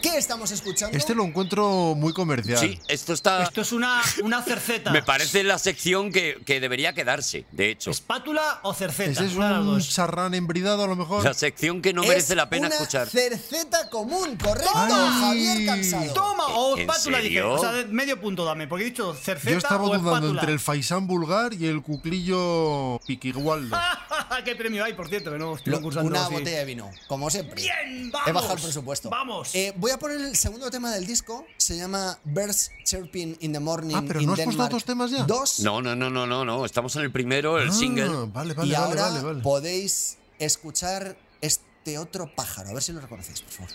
¿Qué estamos escuchando?
Este lo encuentro muy comercial.
Sí, esto
ah.
está.
Esto es una, una cerceta.
Me parece la sección que, que debería quedarse, de hecho.
¿Espátula o cerceta?
Ese es
Una de las
un
dos.
charrán embridado a lo mejor.
La sección que no merece
Es
la pena
una
escuchar.
Cerceta común, correcto,
Ay.
Javier Cansado.
Toma, o
¿En
espátula, dije.
serio?
O sea, medio punto dame, porque he dicho cerceta
Yo estaba
o
dudando
espátula.
entre el faisán vulgar y el cuclillo piquigualdo.
Ah, ¿Qué premio hay, por cierto? Que no estoy
Lo-
concursando
una
así.
botella de vino, como siempre.
¡Bien! ¡Vamos!
He bajado el presupuesto.
¡Vamos!
Eh, voy a poner el segundo tema del disco. Se llama Birds Chirping in the Morning.
Ah, pero
in
¿no has puesto
Denmark
dos temas ya?
Dos.
No, no, no, no, no, no. Estamos en el primero, el
Ah,
single.
Vale, vale,
y
vale,
ahora
vale, vale.
podéis escuchar este otro pájaro. A ver si lo reconocéis, por favor.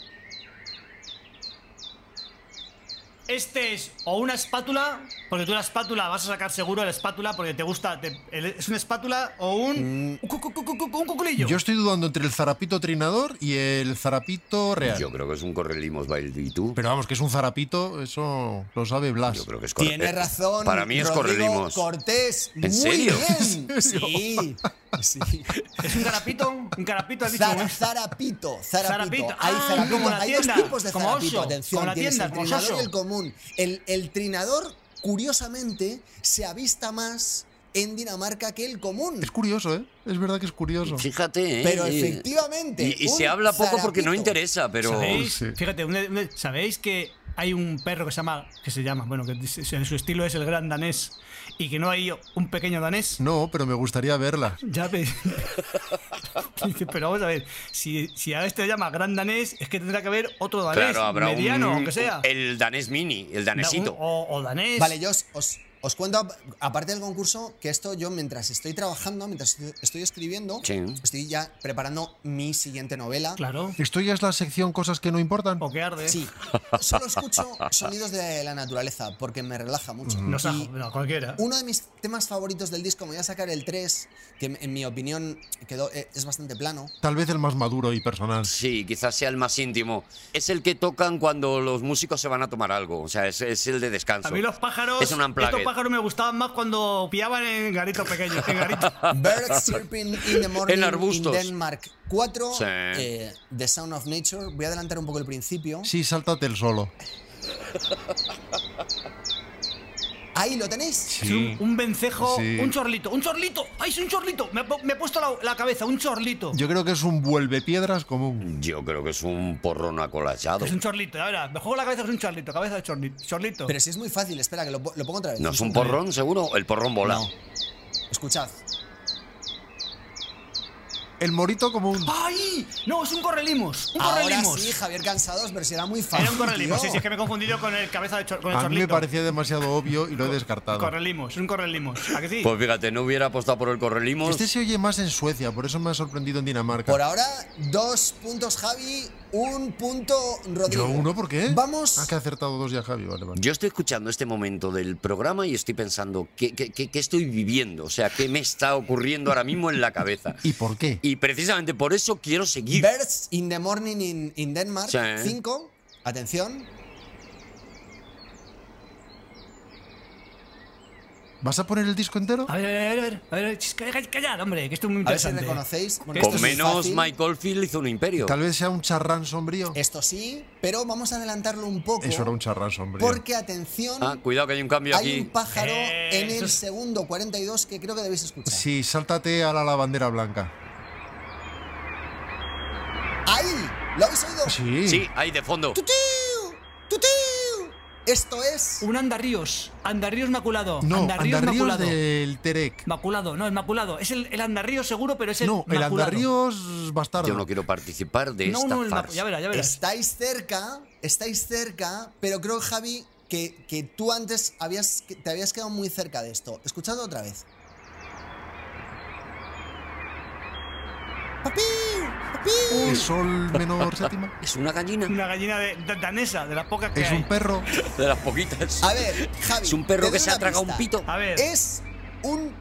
Este es o una espátula, porque tú la espátula vas a sacar seguro la espátula porque te gusta. te- el- es una espátula o
Mm.
un. Un, cu- cu- cu- cu- un cuculillo.
Yo estoy dudando entre el zarapito trinador y el zarapito real.
Yo creo que es un correlimos tú.
Pero vamos, que es un zarapito, eso lo sabe Blas.
Yo creo que es corre-
Tiene
eh,
razón.
Para mí es
Rodrigo
correlimos.
Cortés.
¿En
Muy
serio?
bien. Sí. sí.
Es un carapito. Un carapito, has dicho.
Zara- zarapito, zarapito.
Zarapito.
Hay
Ah,
zarapito.
como la
Hay
tienda,
dos tipos de
como
zarapito.
oso,
Atención,
como la
tienes
tienda,
el
como
trinador
oso.
y el común. El, el trinador, curiosamente, se avista más en Dinamarca que el común.
Es curioso, ¿eh? Es verdad que es curioso.
Fíjate, ¿eh?
Pero
Y-
efectivamente.
Y, y se
un
habla poco porque no
zarapito.
interesa, pero.
¿Sabéis?
Sí.
Fíjate, un- un- ¿sabéis que hay un perro que se llama. que se llama, bueno, que dice- en su estilo es el gran danés y que no hay un pequeño danés?
No, pero me gustaría verla.
Ya, pe- Dice, pero vamos a ver, si, si a este le llama gran danés, es que tendrá que haber otro danés,
Claro, habrá
mediano,
un.
aunque sea.
El danés mini, el danesito.
O, o danés.
Vale, yo os, os- os cuento, ap- aparte del concurso, que esto yo mientras estoy trabajando, mientras estoy- estoy escribiendo,
Sí.
estoy ya preparando mi siguiente novela.
Claro.
Esto ya es la sección cosas que no importan.
O que arde.
Sí, solo escucho sonidos de la naturaleza porque me relaja mucho.
No
Y
sajo, no, cualquiera.
uno de mis temas favoritos del disco, me voy a sacar el 3, que en- en mi opinión quedó, eh, es bastante plano.
Tal vez el más maduro y personal.
Sí, quizás sea el más íntimo. Es el que tocan cuando los músicos se van a tomar algo. O sea, es, es el de descanso.
A mí los pájaros.
Es un unplugged.
estos pájaros me gustaban más cuando pillaban en garitos pequeños. En garitos.
Birds chirping in the morning
Ah. En arbustos.
in Denmark 4,
Sí.
eh, The Sound of Nature. Voy a adelantar un poco el principio.
Sí, sáltate el solo.
Ahí lo tenéis.
Es Un, un vencejo.
Sí.
Un chorlito. Un chorlito. ¡Ay, es un chorlito! Me, ha pu- me he puesto la, la cabeza. Un chorlito.
Yo creo que es un vuelve piedras común.
Yo creo que es un porrón acolachado.
Es un chorlito. Ahora, me juego la cabeza. Es un chorlito. Cabeza de chorlito. Chorlito.
Pero si es muy fácil, espera, que lo, po- lo pongo otra vez.
¿No es un porrón, seguro? El porrón volado.
No. Escuchad.
El morito común.
¡Ay! No, es un correlimos. Un
Ahora
correlimos.
sí, Javier Cansados, pero si era muy fácil.
Era un correlimos.
tío.
Sí, sí, es que me he confundido con el cabeza de chor- con el
A mí me
chorlito.
parecía demasiado obvio y lo he descartado.
Correlimos. Es un correlimos. ¿A que sí?
Pues fíjate, no hubiera apostado por el correlimos.
Este se oye más en Suecia, por eso me ha sorprendido en
Por
Dinamarca.
ahora, dos puntos Javi, un punto Rodrigo.
Yo uno, ¿por qué?
Vamos.
Ah, que ha acertado dos ya Javi, vale, vale.
Yo estoy escuchando este momento del programa y estoy pensando qué, qué- qué- qué estoy viviendo, o sea, qué me está ocurriendo ahora mismo en la cabeza.
¿Y por qué?
Y precisamente por eso quiero seguir.
Birds in the morning in, in Denmark.
Sí, ¿eh?
Cinco. Atención.
¿Vas a poner el disco entero?
A ver, a ver, a ver, a ver, chis, calla, calla, hombre, que esto es muy
A ver si
interesante. ¿eh?
reconocéis. Bueno, esto
Con
es muy
menos
fácil.
Michael Field hizo un imperio.
Tal vez sea un charrán sombrío.
Eh,
Esto sí, pero vamos a adelantarlo un poco.
Eso era un charrán sombrío.
Porque, atención,
Ah, cuidado que hay un cambio
hay
aquí.
un pájaro
Eh,
en
eso
el
es-
segundo 42 que creo que debéis escuchar.
Sí, sáltate a la lavandera blanca.
¡Ahí! ¿Lo habéis oído?
Sí.
Sí, ahí de fondo.
¡Tutiu! ¡Tutiu! Esto es.
Un andarríos, andarríos maculado.
No,
andarríos,
andarríos
maculado.
del Terek.
Maculado, no, el maculado. Es el, el andarrío seguro, pero es el.
No, el
maculado.
andarríos bastardo.
Yo no quiero participar de
No,
esta
no, el maculado.
farsa.
Ya verás, ya verás.
Estáis cerca, estáis cerca, pero creo, Javi, que, que tú antes habías, que te habías quedado muy cerca de esto. Escuchadlo otra vez. ¡Papi! ¡Papi!
El sol menor séptima.
Es una gallina
Una gallina de, da- danesa, de las pocas que
Es
hay.
un perro.
de las poquitas.
A ver, Javi.
Es un
te
perro
doy
que se
una
ha tragado
pista.
un pito.
A ver,
Es un.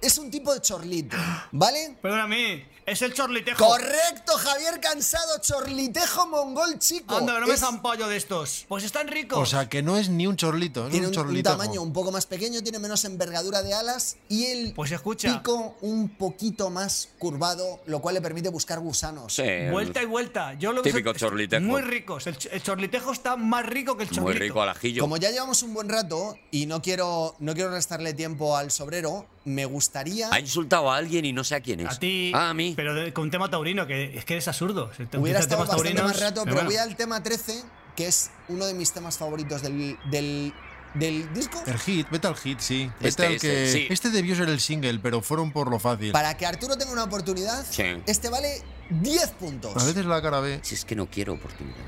Es un tipo de chorlito, ¿vale?
perdóname. Es el chorlitejo.
Correcto, Javier Cansado, chorlitejo mongol chico.
Anda, que no me
Es-
zampallo de estos. Pues están ricos.
O sea, que no es ni un chorlito, es
tiene
Mm, un
un, un
chorlito.
tamaño un poco más pequeño, tiene menos envergadura de alas y el
Pues escucha.
pico un poquito más curvado, lo cual le permite buscar gusanos.
Sí, el-
Vuelta y vuelta. Yo lo
Típico chorlitejo.
Muy ricos. El, ch- el chorlitejo está más rico que el chorlito.
Muy rico al ajillo.
Como ya llevamos un buen rato y no quiero, no quiero restarle tiempo al sobrero, me gustaría
Ha insultado a alguien y no sé a quién es.
A ti.
Ah, a mí.
Pero de- con tema taurino, que es que eres absurdo. Si te utilizas
Hubiera estado
temas
bastante
taurinos,
más rato, pero
bueno.
voy al tema 13, que es uno de mis temas favoritos del, del, del disco.
El hit, vete al hit, sí. Vete
Este,
al
este,
que...
sí.
este debió ser el single, pero fueron por lo fácil.
Para que Arturo tenga una oportunidad,
Sí.
este vale 10 puntos.
A veces la cara ve.
Si es que no quiero oportunidad.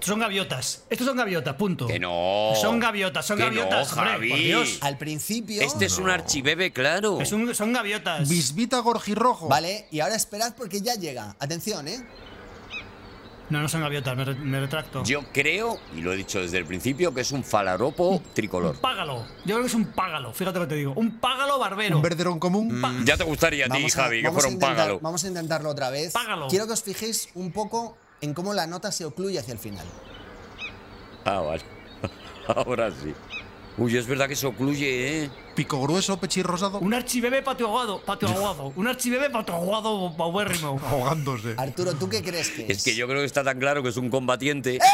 Son gaviotas. Estos son gaviotas, punto.
Que no.
Oh. Son gaviotas, son
Que no,
gaviotas. hombre,
Javi.
por Dios.
Al principio.
Este es un archibebe, claro.
Es un- son gaviotas.
Bisbita Gorgirrojo.
Vale, y ahora esperad porque ya llega. Atención, ¿eh?
No, no son gaviotas, me, re- me retracto.
Yo creo, y lo he dicho desde el principio, que es un falaropo tricolor.
Págalo. Yo creo que es un págalo. Fíjate lo que te digo. Un págalo barbero.
Un verderón común.
Mm.
Ya te gustaría a ti,
Vamos a-
Javi, que
vamos a
fuera un
intentar-
págalo.
Vamos a intentarlo otra vez.
Págalo.
Quiero que os fijéis un poco en cómo la nota se ocluye hacia el final.
Ah, vale. Ahora sí. Uy, es verdad que se ocluye, ¿eh?
Pico grueso, pechirrosado.
Un archibebe patio aguado. Patio aguado. Un archibebe patio aguado bauérrimo.
Ahogándose.
Arturo, ¿tú qué crees que es?
Es que yo creo que está tan claro que es un combatiente.
¡Eso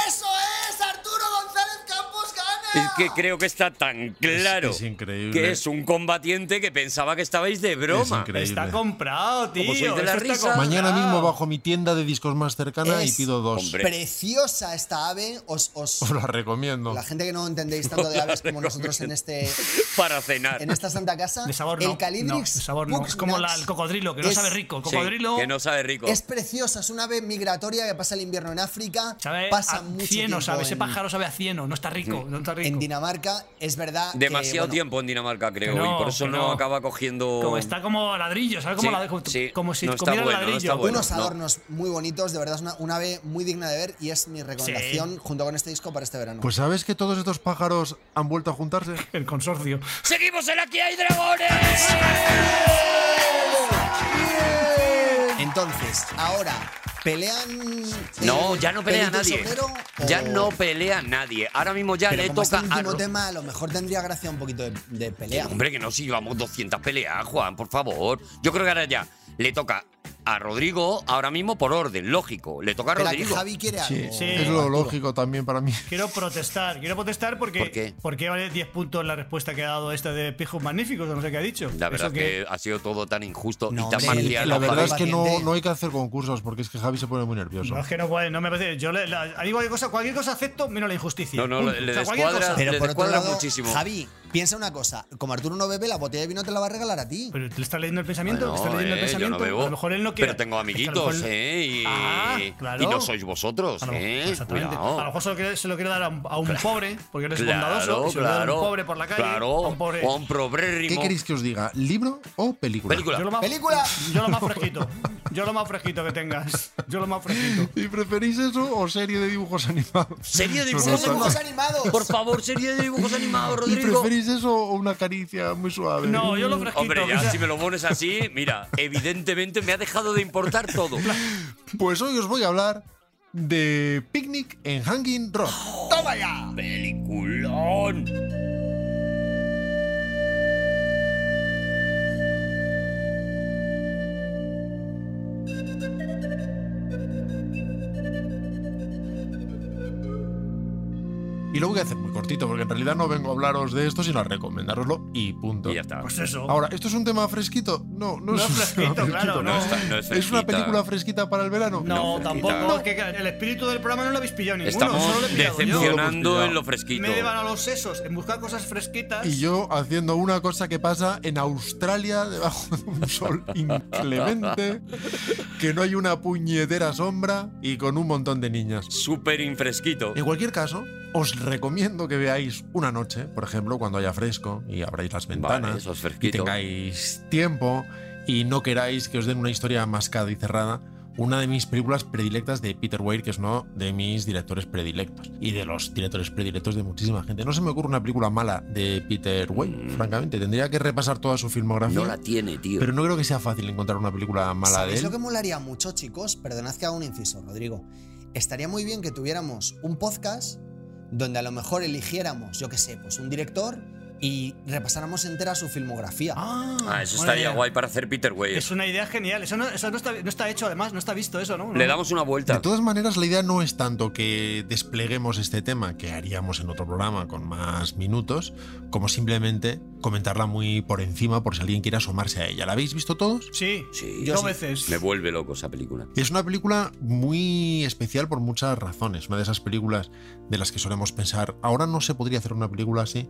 es! ¡Arturo González Campos gana!
Es que creo que está tan claro.
es increíble.
Que es un combatiente que pensaba que estabais de
Es
broma.
increíble.
Está comprado, tío.
Como soy de la
esto está
risa.
Mañana
comprado.
mismo bajo mi tienda de discos más cercana
Es-
y pido dos.
Hombre.
Preciosa esta ave. Os, os-
Os la
Oh,
recomiendo.
la gente que no entendéis tanto de aves como nosotros en este
Para cenar.
en este esta santa casa.
De sabor no.
El Calidrix.
No, de sabor no. Es como la- el cocodrilo, que no
Es-
sabe rico. El
Sí,
cocodrilo.
que no sabe rico.
Es preciosa, es una ave migratoria que pasa el invierno en África.
Sabe
pasa
a
mucho
cieno,
tiempo
sabe. Ese
en-
pájaro sabe a cieno. No está rico.
Mm.
No está rico.
En Dinamarca es verdad. que,
Demasiado
bueno,
tiempo en Dinamarca, creo.
Que no,
y por eso
que
no,
no.
acaba cogiendo.
Como está como ladrillo, ¿sabes? Como,
Sí,
la- como-
sí.
como si
No está
comiera
bueno, no
ladrillo.
está bueno.
unos
no.
adornos muy bonitos, de verdad es una, una ave muy digna de ver y es mi recomendación junto con este disco para este verano.
Pues sabes que todos estos pájaros han vuelto a juntarse.
El consorcio.
¡Seguimos en Aquí hay dragones!
Entonces, ahora, ¿pelean.
No,
eh,
ya no pelea
Perito y
nadie.
Sombrero
Ya
o-
no pelea nadie. Ahora mismo ya
Pero
le
como es
toca
el
a. Eh,
último tema, a lo mejor tendría gracia un poquito de, de pelea.
Hombre, que no si llevamos 200 peleas, Juan, por favor. Yo creo que ahora ya le toca a Rodrigo ahora mismo por orden, lógico. Le toca a
Espera, que
Rodrigo.
Javi quiere algo.
sí.
es lo lógico también para mí.
Quiero protestar, quiero protestar porque,
¿Por qué?
porque vale 10 puntos la respuesta que ha dado esta de pijos magníficos, o no sé qué ha dicho.
La verdad
Eso
es que ha sido todo tan injusto
No,
y tan
hombre,
marcial.
el-
La
Javi
verdad es que no,
paciente.
no hay que hacer concursos porque es que Javi se pone muy nervioso.
No, es que no puede, no me parece. Yo le, la- hay cualquier cosa, cualquier cosa acepto menos la injusticia.
No, no,
Punto.
le- le
cualquier
descuadra-
cosa.
Pero
Le
por otro
descuadra
lado,
muchísimo.
Javi, piensa una cosa. Como Arturo no bebe, la botella de vino te la va a regalar a ti.
Pero te está leyendo el pensamiento,
Bueno,
te está leyendo el
eh, yo
pensamiento.
no bebo,
a lo mejor él no quiere.
Pero tengo
Es que a lo
amiguitos,
mejor-
¿eh? Y,
Ah, claro.
y no sois vosotros,
A lo,
¿eh?
exactamente.
Cuidado.
A lo mejor se lo quiere, se lo quiere dar a un, a un pobre, porque él es
Claro,
bondadoso. y se lo quiere dar a
claro.
un pobre por la calle.
Claro,
a un pobre.
o a un
¿Qué
pobrérrimo.
queréis que os diga? ¿Libro o película?
Película.
Yo lo más,
¡Película!
Yo lo más fresquito. Yo lo más fresquito que tengas. Yo lo más fresquito.
¿Y preferís eso o serie de dibujos animados?
Serie de
Nos
dibujos
gusta.
¡Dibujos animados!
Por favor, serie de dibujos animados,
¿Y
Rodrigo.
preferís eso o una caricia muy suave?
No, yo lo fresquito.
Hombre,
que
ya
sea-
si me lo pones así, mira, evidentemente me ha dejado de importar todo.
Pues hoy os voy a hablar de Picnic en Hanging Rock.
¡Peliculón!
Y lo voy a hacer muy cortito porque en realidad no vengo a hablaros de esto, sino a recomendároslo y punto.
Y ya está.
Pues eso.
Ahora, ¿esto es un tema fresquito? No, no,
No
es
es
un
fresquito,
tema
claro, no.
No está- no es
¿Es una
fresquita.
película fresquita para el verano?
No,
No,
tampoco.
fresquita.
es que el espíritu del programa no lo habéis pillado ninguno. solo
Estamos
lo he pillado yo.
decepcionando
yo.
en lo fresquito.
Me llevan a los sesos en buscar cosas fresquitas.
Y yo haciendo una cosa que pasa en Australia debajo de un sol inclemente, que no hay una puñetera sombra y con un montón de niñas.
Súper infresquito.
En cualquier caso, os recomiendo que veáis una noche, por ejemplo, cuando haya fresco y abráis las ventanas
eso es
y
fresquito.
tengáis tiempo y no queráis que os den una historia mascada y cerrada, una de mis películas predilectas de Peter Weir, que es uno de mis directores predilectos y de los directores predilectos de muchísima gente. No se me ocurre una película mala de Peter Weir, francamente. Tendría que repasar toda su filmografía.
No la tiene, tío.
pero no creo que sea fácil encontrar una película mala de
¿Sabéis lo
él.
que molaría mucho, chicos? Perdonad que haga un inciso, Rodrigo. Estaría muy bien que tuviéramos un podcast donde a lo mejor eligiéramos, yo qué sé, pues un director y repasáramos entera su filmografía.
Ah, eso
buena
estaría
idea.
guay para hacer Peter Weir.
Es una idea genial. Eso no, eso no está, no está hecho, además, no está visto eso, ¿no?
Le damos una
De
vuelta.
todas maneras, la idea no es tanto que despleguemos este tema, que haríamos en otro programa con más minutos, como simplemente comentarla muy por encima por si alguien quiere asomarse a ella. ¿La habéis visto todos?
Sí,
Sí.
dos
Sí.
veces.
Me vuelve loco esa película.
Es una película muy especial por muchas razones. Una de esas películas de las que solemos pensar, ahora no se podría hacer una película así,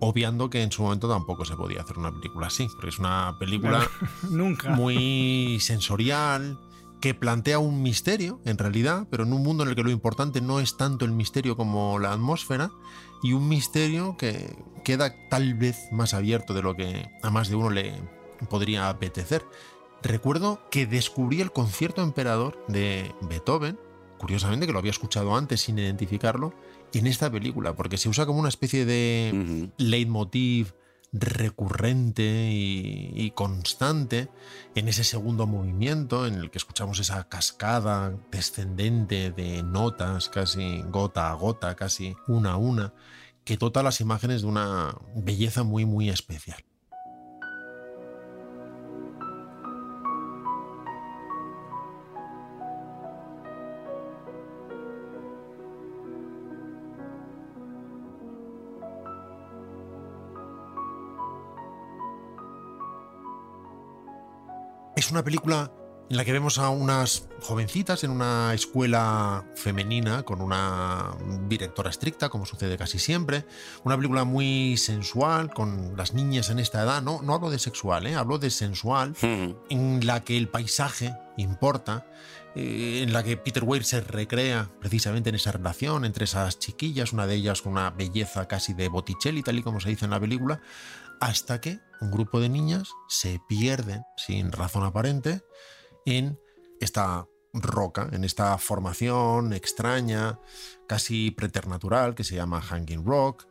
obviando que en su momento tampoco se podía hacer una película así, porque es una película
Nunca.
muy sensorial, que plantea un misterio, en realidad, pero en un mundo en el que lo importante no es tanto el misterio como la atmósfera, y un misterio que queda tal vez más abierto de lo que a más de uno le podría apetecer. Recuerdo que descubrí el concierto emperador de Beethoven, curiosamente que lo había escuchado antes sin identificarlo, en esta película, porque se usa como una especie de
Ujú.
leitmotiv recurrente y, y constante en ese segundo movimiento en el que escuchamos esa cascada descendente de notas casi gota a gota, casi una a una, que tota las imágenes de una belleza muy muy especial. Es una película en la que vemos a unas jovencitas en una escuela femenina con una directora estricta, como sucede casi siempre. Una película muy sensual, con las niñas en esta edad. No, no hablo de sexual, ¿eh? hablo de sensual
Ujú.
en la que el paisaje importa, eh, en la que Peter Weir se recrea precisamente en esa relación entre esas chiquillas, una de ellas con una belleza casi de Botticelli, tal y como se dice en la película, hasta que un grupo de niñas se pierden, sin razón aparente, en esta roca, en esta formación extraña, casi preternatural, que se llama Hanging Rock,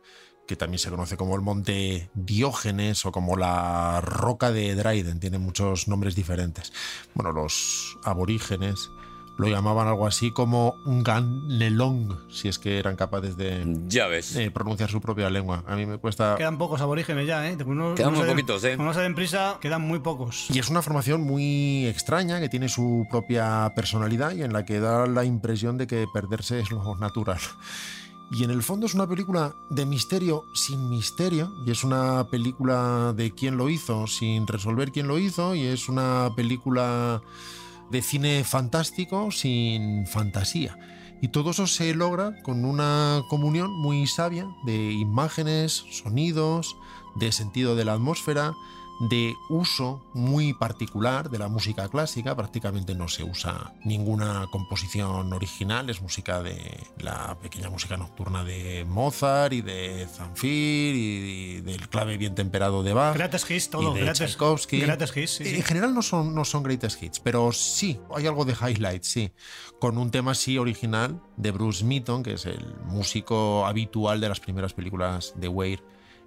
que también se conoce como el monte Diógenes o como la roca de Dryden, tiene muchos nombres diferentes. Bueno, los aborígenes lo llamaban algo así como Ganelong, si es que eran capaces de
Ya ves.
eh, pronunciar su propia lengua. A mí me cuesta...
Quedan pocos aborígenes ya, ¿eh? Como no-
Quedan
no
muy
se den-
poquitos, ¿eh?
como no se den prisa, quedan muy pocos.
Y es una formación muy extraña que tiene su propia personalidad y en la que da la impresión de que perderse es lo natural. Y en el fondo es una película de misterio sin misterio, y es una película de quién lo hizo sin resolver quién lo hizo, y es una película de cine fantástico sin fantasía. Y todo eso se logra con una comunión muy sabia de imágenes, sonidos, de sentido de la atmósfera, de uso muy particular de la música clásica. Prácticamente no se usa ninguna composición original, es música de la pequeña música nocturna de Mozart y de Zanfir y del clave bien temperado de Bach.
Gratis hits, todo.
Y de
Gratis,
Tchaikovsky.
gratis hits, sí, sí.
En general no son, no son greatest hits, pero sí, hay algo de highlight, sí. Con un tema sí original de Bruce Mitton, que es el músico habitual de las primeras películas de Weir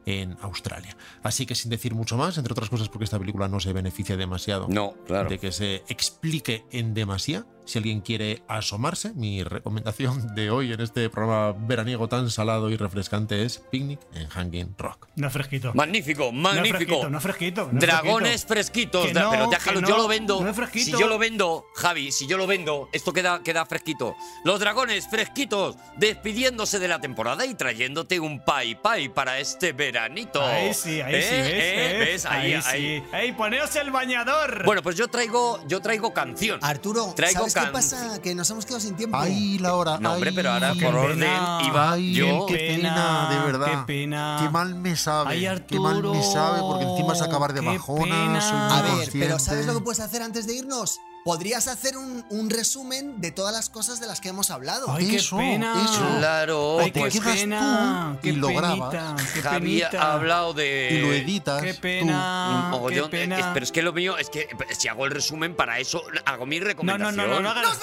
en Australia. Así que sin decir mucho más, entre otras cosas porque esta película no se beneficia demasiado
No, claro.
de que se explique en demasía. Si alguien quiere asomarse, mi recomendación de hoy en este programa veraniego tan salado y refrescante es Picnic en Hanging Rock.
No es fresquito.
Magnífico,
No es
magnífico.
fresquito, no es fresquito. no es
Dragones
fresquito.
fresquitos.
Que
da-
no,
pero déjalo,
que
yo
no,
lo vendo.
no es fresquito.
Si yo lo vendo, Javi, si yo lo vendo, esto queda, queda fresquito. Los dragones fresquitos despidiéndose de la temporada y trayéndote un pay pay para este veranito.
Ahí sí, ahí
¿Eh?
sí, ¿ves?
¿Eh?
¿Ves?
¿Ves? Ahí, ahí.
sí. ¡Ey, poneos el bañador!
Bueno, pues yo traigo, yo traigo canción.
Arturo,
Traigo
¿sabes qué
can-
pasa? Que nos hemos quedado sin tiempo.
¡Ay, la hora!
No, hombre,
ay.
pero ahora por orden
pena.
iba
Ay,
yo.
qué pena, de verdad.
Qué pena.
Qué mal me sabe.
Ay,
qué mal me
Arturo,
sabe porque encima es acabar de
qué
bajona.
pena.
soy muy
A ver, pero
consciente.
¿sabes lo que puedes hacer antes de irnos? podrías hacer un, un resumen de todas las cosas de las que hemos hablado.
Ay, qué
Eso,
pena.
eso.
Claro,
Ay,
te
qué
pues
quedas
pena,
tú
qué
y lo
penita,
grabas.
qué
Javier
penita.
ha hablado de.
y lo editas.
Qué
tú. Mm.
pena.
un
qué
mogollón.
pena.
Es- pero es que lo mío es que eh, si hago el resumen, para eso hago mi
no, no,
recomendación.
no, no, no hagas.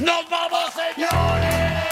¡Nos vamos, señores!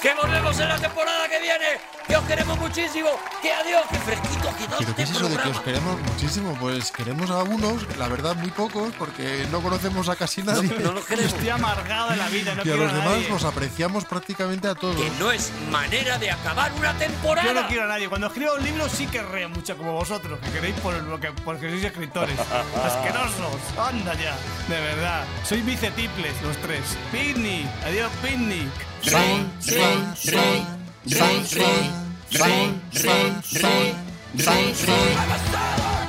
¡Que volvemos en la temporada que viene! ¡Que os queremos muchísimo! ¡Que adiós! ¡Que fresquito ha quedado
Pero qué es
este
eso de que os
programa!
queremos muchísimo, pues queremos a unos, la verdad muy pocos, porque no conocemos a casi nadie.
No, no nos queremos.
Estoy amargado de la vida, no
y a
quiero
los
a
demás
nadie.
los apreciamos prácticamente a todos.
Que no es manera de acabar una temporada.
Yo no quiero a nadie. Cuando escriba un libro sí querré mucho como vosotros, que queréis por lo que, porque sois escritores. Asquerosos. Anda ya. De verdad. Sois bicetiples los tres. Pitney. Adiós, Pitney.
Ron, ron, ron, ron, ron, ron, ron, ron.